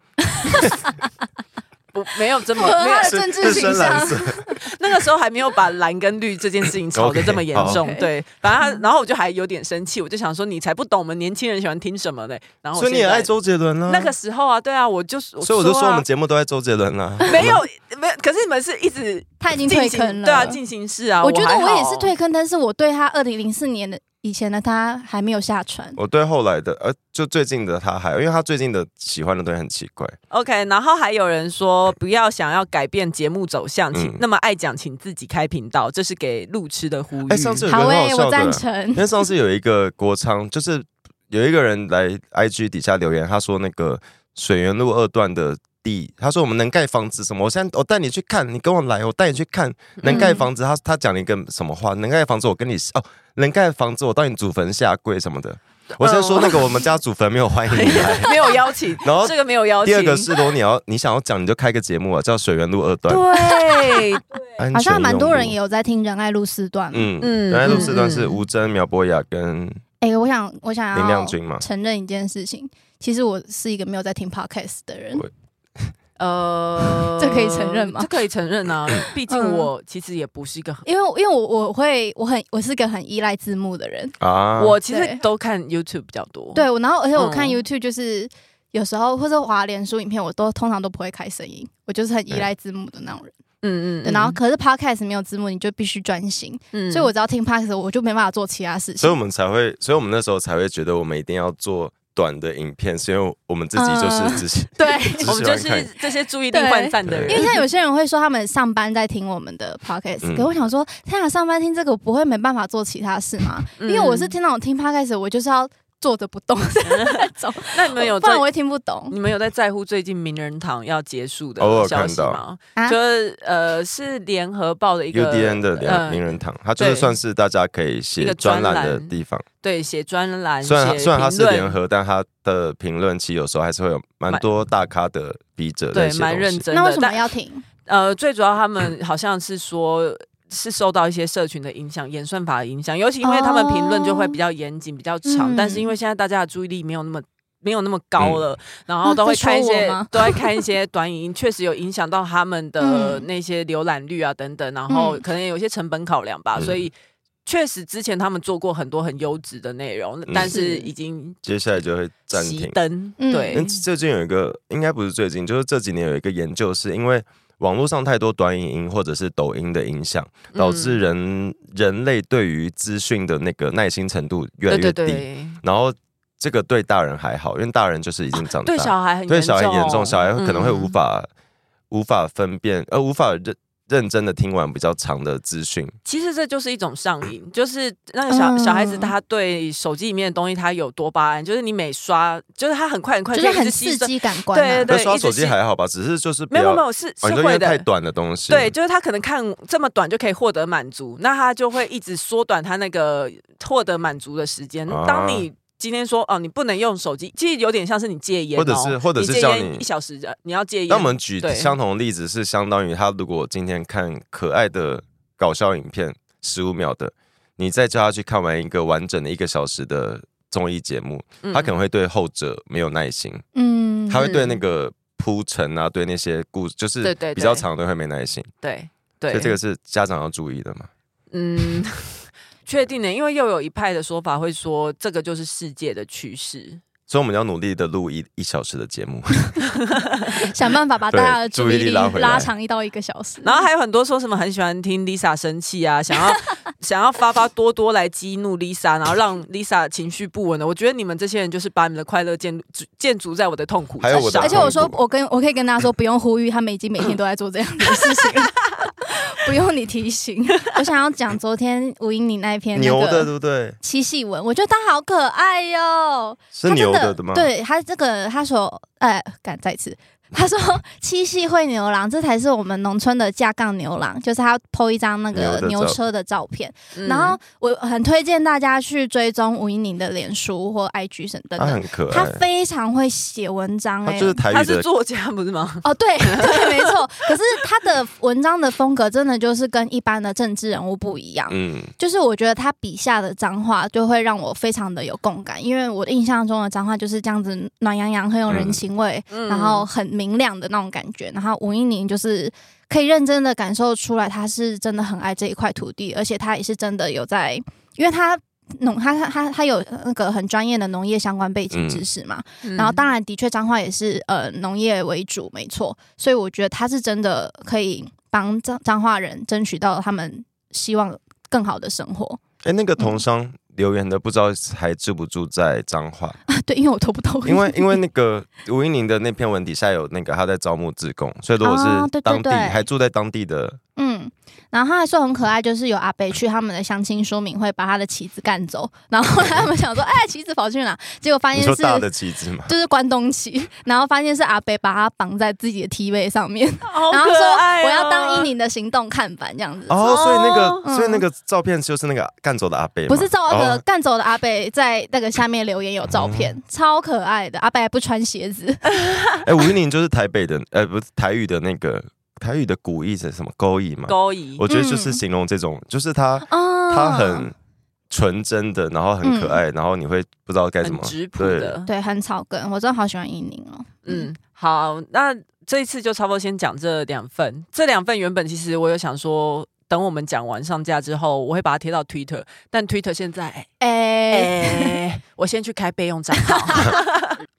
B: 不没有这么
C: 符合 <laughs>
B: 没有
C: 他的政治
A: 是深
C: 形
A: 蓝
C: 象。
A: 色。
B: 那个时候还没有把蓝跟绿这件事情吵得这么严重
C: OK，好
B: 对，反正他然后我就还有点生气，我就想说你才不懂我们年轻人喜欢听什么嘞。然后我
A: 所以你也
B: 现在
A: 爱周杰伦啦、
B: 那个时候啊，对啊，我就是，
A: 所以我就说我
B: 啊
A: 们节目都在周杰伦啊啦、
B: 没有没有，可是你们是一直
C: 他已经
B: 进
C: 退
B: 行
C: 坑了。
B: 对啊，进行式啊，
C: 我觉得
B: 还
C: 我也是
B: 好
C: 退。坑，但是我对他二零零四年的以前的他还没有下船。
A: <laughs> 我对后来的，呃，就最近的他还，因为他最近的喜欢的东西很奇怪，
B: OK，然后还有人说不要想要改变节目走向，请、
A: 嗯
B: 那么爱讲，请自己开频道，这是给路痴的呼吁。
A: 哎上次有人
C: 好
A: 很
C: 诶，
A: 好笑的
C: 我赞成
A: <laughs> 因。为上次有一个国昌，就是有一个人来 IG 底下留言，他说那个水源路二段的地，他说我们能盖房子什么，我现在哦我带你去看，你跟我来，我带你去看能盖房
C: 嗯
A: 子。他他讲了一个什么话？能盖房子，我跟你哦，能盖房子，我到你祖坟下跪什么的。我先说那个我们家祖坟没有欢迎你
C: <laughs> 哎
A: 来，
B: 没有邀请，
A: 然后
B: 这个没有邀请。
A: <laughs> 第二个是，如果你要你想要讲，你就开个节目啊，叫水源路二段， <laughs>
B: 对，
A: 安全
C: 好像蛮多人
A: 用
C: 也
A: 路。
C: 有在听《仁爱路四段》。嗯，
A: 嗯
B: 嗯
A: 嗯，原来路四段是
B: 嗯嗯
A: 吴真、苗博雅跟
C: 哎，我想，我想
A: 林亮
C: 要
A: 君嘛。
C: 承认一件事情，其实我是一个没有在听 podcast 的人
A: 我。
C: <laughs>
B: 呃
C: 这可以承认吗
B: 这可以承
C: <coughs>
B: 认啊，毕竟
C: 嗯
B: 我其实也不是一个很。
C: 因为因为我我会我很我是个很依赖字幕的人，
A: 啊，
B: 我其实
C: 对
B: 都看 YouTube 比较多，
C: 对，我然后而且我看
B: 哦嗯
C: YouTube 就是有时候或者滑脸书影片，我都通常都不会开声音，我就是很依赖字幕的那种人。
B: 嗯，嗯
C: 对
B: 嗯，
C: 然后可是 podcast 没有字幕，你就必须专心，
B: 嗯，
C: 所以我只要听 podcast 我就没办法做其他事
A: 所以我
C: 情。
A: 们才会，所以我们那时候才会觉得我们一定要做短的影片，是因为我们自己就是
C: 嗯
A: 自己，
C: 对，
A: 只
B: 我们就
A: 喜欢
B: 是
A: 看
B: 这些注意力涣散的
A: 对
C: 因
B: 人，
C: 为像有些人会说他们上班在听我们的 podcast，、
A: 嗯
C: 可我想说，天啊，上班听这个我不会没办法做其他事吗？
B: 嗯
C: 因为我是听那种听 podcast，我就是要坐着不动那种，
B: <laughs> 那你们有
C: 不
B: 在嗯
C: 然我会听不懂
B: 你们有在在乎最近名人堂要结束的
A: 偶尔
B: 消息
A: 看到
B: 吗？
C: 啊
B: 就是呃，是联合报 <laughs> 的一个
A: UDN 的
B: 呃
A: 名名人堂，它就是
B: 对
A: 算是大家可以
B: 一
A: 写
B: 个专
A: 专
B: 栏
A: 栏的地方。
B: 对写专栏，
A: 虽然它
B: 写
A: 虽然它是
B: 评论
A: 联，合，但它的评论其实有时候还是会有蛮
B: 蛮
A: 多大咖的笔者在
B: 对
A: 写
B: 蛮
A: 东
B: 认
A: 西。
B: 真的。
C: 那为什么
B: 但
C: 要听？
B: 呃，最主要
C: <clears throat>
B: 他们好像是说。是受到一些社群的影响、演算法的影响，尤其因为他们评论就会比较严谨、比较
C: 哦
B: 长，
C: 嗯
B: 但是因为现在大家的注意力没有那么。没有那么高
A: 嗯
B: 了，然后
C: 啊
B: 都会
C: 在说
B: 看一些，
C: 我吗
B: 都会看一些短影音，确实有影响到他们的
C: 嗯
B: 那些浏览率啊等等，然后
C: 嗯
B: 可能也有一些成本考量吧，
A: 嗯
B: 所以确实之前他们做过很多很优质的内容，但是
C: 是
B: 已经
A: 接下来就会嗯暂
B: 熄
A: 停。
B: 灯，
C: 嗯
B: 对
A: 但，最近有一个，应该不是最近，就是这几年有一个研究，是因为网络上太多短影音或者是抖音的影响，导致
B: 嗯
A: 人、人类对于资讯的那个耐心程度越来
B: 对
A: 越低。
B: 对对
A: 然后这个对大人还好，因为大人就是已经长大，
B: 对小孩很
A: 对小孩严重，小孩可能会
B: 嗯
A: 无法、无法分辨，呃，无法认认真的听完比较长的资讯。
B: 其实这就是一种上瘾，就是那个小
C: 嗯
B: 小孩子他对手机里面的东西他有多巴胺，就是你每刷，就是他很快很快
C: 就是
B: 可以一
C: 很
B: 直
C: 刺
B: 吸收。
C: 激感官、啊，
B: 对对
A: 那刷
B: 一直
A: 手机
B: 是
A: 还好吧，只是就是不
B: 没有没
A: 要
B: 有没有，是
A: 哦
B: 是
A: 你说因
B: 会
A: 为太
B: 的。
A: 短的东西，
B: 对，就是他可能看这么短就可以获得满足，那他就会一直缩短他那个获得满足的时间
A: 啊。
B: 当你今天说哦，你不能用手机，其实有点像是你戒烟哦，
A: 或者是或者是
B: 戒
A: 叫
B: 烟
A: 你
B: 一小时，呃你要戒烟。
A: 那我们举
B: 对
A: 相同的例子是，相当于他如果今天看可爱的搞笑影片十五秒的，你再叫他去看完一个完整的一个小时的综艺节目，
B: 嗯
A: 他可能会对后者没有耐心，
C: 嗯，
A: 他会对那个铺陈啊，对那些故就是
B: 对对对
A: 比较长的会没耐心，
B: 对对，
A: 所以这个是家长要注意的嘛。
B: 嗯， <laughs> 确定的，因为又有一派的说法会说这个就是世界的趋势，
A: 所以我们要努力的录一一小时的节
C: 哎
A: 目。
C: 想办法把大家的注
A: 注
C: 意
A: 意力
C: 力
A: 拉回来
C: 拉长一到一个小时。
B: 然后还有很多说什么很喜欢听 Lisa 生
C: <laughs>
B: 气啊，想要想要发发多多来激怒 Lisa，然后让 Lisa 情绪不稳的。我觉得你们这些人就是把你们的快乐建建筑在我的痛苦
A: 还有哎
B: 之
A: 我的
B: 上
C: 而且我说
A: 很，恐
C: 我跟我可以跟大家说，不用呼吁，他们已经每天都在做这样的事
B: <laughs>
C: 情了，不用你提醒。我想要讲昨天吴英你那一篇那
A: 牛的对
C: 个
A: 不对？
C: 七细文，我觉得他好可爱哟、
A: 是
C: 他
A: 牛
C: 真
A: 的的吗？，
C: 对他这个，他说，呃，敢再
A: <laughs>
C: 次，他说七系会牛郎，这才是我们农村的架杠牛郎，就是他 PO 一张那
A: 牛的
C: 个
A: 照
C: 牛车的照片。
B: 嗯
C: 然后我很推荐大家去追踪吴一宁的脸书或 IG 等等
A: 它
C: 的，
A: 很可
C: 他
A: 爱，
C: 非常会写文章、
A: 它
C: 哎，
A: 就是台
B: 他
A: 语
B: 是
A: 的
B: 作家不是吗？
C: 哦，对 <laughs> 对，没错。可是他的文章的风格真的就是跟一般的政治人物不一样。
A: 嗯，
C: 就是我觉得他笔下的脏话就会让我非常的有共感，因为我印象中的脏话就是这样子暖洋洋、很有人情味，
B: 嗯
C: 然后很明亮的那种感觉。然后吴一宁就是可以认真的感受出来，他是真的很爱这一块土地，而且他也是真的有在，因为他。农他他他他有那个很专业的农业相关背景知识嘛，
B: 嗯
C: 然后当然的确彰化也是呃农业为主，没错，所以我觉得他是真的可以帮彰彰化人争取到他们希望更好的生活。 <laughs>
A: 哎，那个
C: 嗯
A: 同商留言的不知道还住不住在彰
C: <laughs>
A: 化，
C: 对，因为我偷不懂，
A: 因为因为那个吴英玲的那篇文底下有那个他在招募志工，所以如果
C: 哦
A: 是
C: 对对
A: 当地
C: 对
A: 还住在当地的，
C: 嗯，然后他还说很可爱，就是有阿北去他们的相亲说明会把他的棋子干走，然后后来他们想说，哎，棋子跑去哪？结果发
A: 你
C: 现
A: 说
C: 哎是
A: 大的旗子嘛，
C: 就是关东棋，然后发现是阿北把他绑在自己的梯位上面，
B: 好
C: 然后说
B: 可爱哦
C: 我要当伊宁的行动看板这样子。
A: 哦，所以那个
C: 嗯
A: 所以那个照片就是那个干走的阿贝嘛，
C: 不是照那个
A: 哦
C: 干走的阿北在那个下面留言有照片，
A: 嗯
C: 超可爱的。阿北还不穿鞋
B: <laughs>
C: 子，
A: 哎，吴英玲就是台北的，呃，不是台语的那个台语的古意是什么勾意嘛？
B: 勾嗯引
A: 我觉得就是
C: 嗯
A: 形容这种，就是他
B: 啊
C: 哦，
A: 他很纯真的，然后很
C: 嗯
A: 可爱，然后你会不知道该怎
B: 很
A: 么
B: 质朴
A: 对。
B: 的，
C: 对，很草根。我真的好喜欢伊宁哦。
B: 嗯，好，那这一次就差不多先讲这两份。这两份原本其实我有想说，等我们讲完上架之后，我会把它贴到 Twitter，但 Twitter 现在，哎、
C: 哎、
B: <laughs> 我先去开备用账号。 <laughs>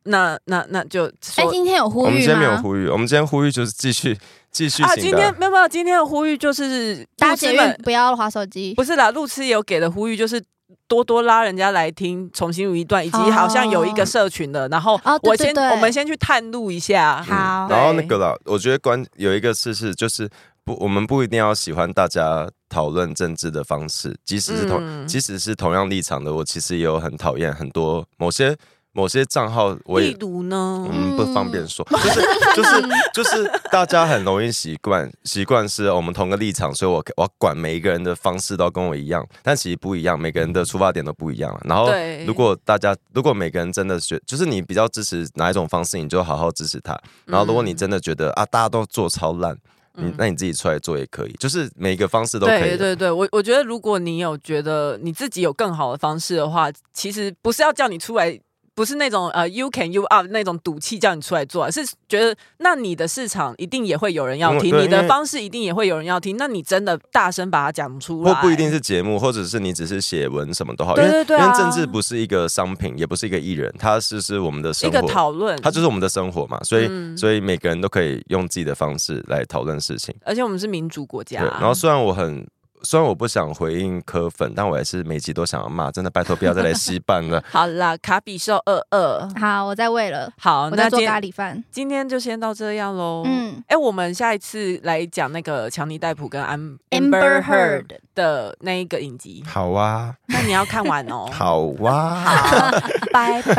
B: 那那那就
C: 哎、
B: 说。
C: 今天有呼吁吗？
A: 我们今天没有呼吁，我们今天呼吁就是继续继续
B: 啊，
A: 请
B: 今天
A: 的。
B: 没有没有，今天的呼吁就是
C: 搭
B: 路
C: 捷
B: 痴
C: 运
B: 们
C: 不要划手机。
B: 不是啦，路痴也有给的呼吁，就是多多拉人家来听重新录一段，以及
C: 哦
B: 好像有一个社群的，然后
C: 哦对
B: 我
C: 对
B: 先
C: 对
B: 我们先去探路一下，
C: 好
A: 嗯然后那个啦，我觉得关有一个事是，就是不，我们不一定要喜欢大家讨论政治的方式，即使是同、
B: 嗯
A: 即使是同样立场的，我其实也有很讨厌很多某些某些账号，我也
B: 例如呢，
A: 嗯，不方便说，就是 <laughs> 就是就是大家很容易习惯习惯是哦我们同个立场，所以我我要管每一个人的方式都跟我一样，但其实不一样，每个人的出发点都不一样。然后
B: 对
A: 如果大家如果每个人真的觉就是你比较支持哪一种方式，你就好好支持他。然后如果你真的觉得啊大家都做超烂，你那你自己出来做也可以，就是每个方式都可以
B: 嗯对。对对，我我觉得如果你有觉得你自己有更好的方式的话，其实不是要叫你出来，不是那种呃 you can you up 那种赌气叫你出来做啊，是觉得那你的市场一定也会有人要
A: 因
B: 听，
A: 为
B: 你
A: 因
B: 的
A: 为
B: 方式一定也会有人要听，那你真的大声把它讲出
A: 或
B: 来，
A: 不一定是节目，或者是你只是写文什么都好，
B: 对
A: 因为
B: 对对啊
A: 因为政治不是一个商品，也不是一个艺人，它是是我们的
B: 一
A: 生活，
B: 个讨论，
A: 它就是我们的生活嘛，所以、
B: 嗯
A: 所以每个人都可以用自己的方式来讨论事情。
B: 而且我们是民主国
A: 对，
B: 家，。
A: 然后虽然我很虽然我不想回应科粉，但我还是每集都想要骂，真的拜托不要再来稀 <laughs> 办了
B: 好啦，卡比兽二二，
C: 好，我在为了
B: 好，
C: 我在
B: 那
C: 做
B: 今
C: 咖喱饭。
B: 今天就先到这样喽，嗯。
C: 嗯
B: 哎、我们下一次来讲那个强尼戴普跟安
C: Amber Heard
B: 的那一个影集，
A: 好啊，。
B: 那你要看完哦
A: <laughs> 好啊，
B: <laughs>
C: 拜拜，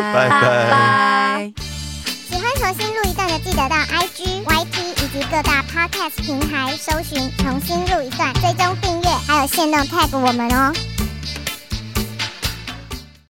C: 拜
A: 拜
B: 拜。
D: 喜欢重新录一段的，记得到 IG、YT 以及各大 Podcast 平台搜寻“重新录一段”，追踪订阅，还有限定 tag 我们哦。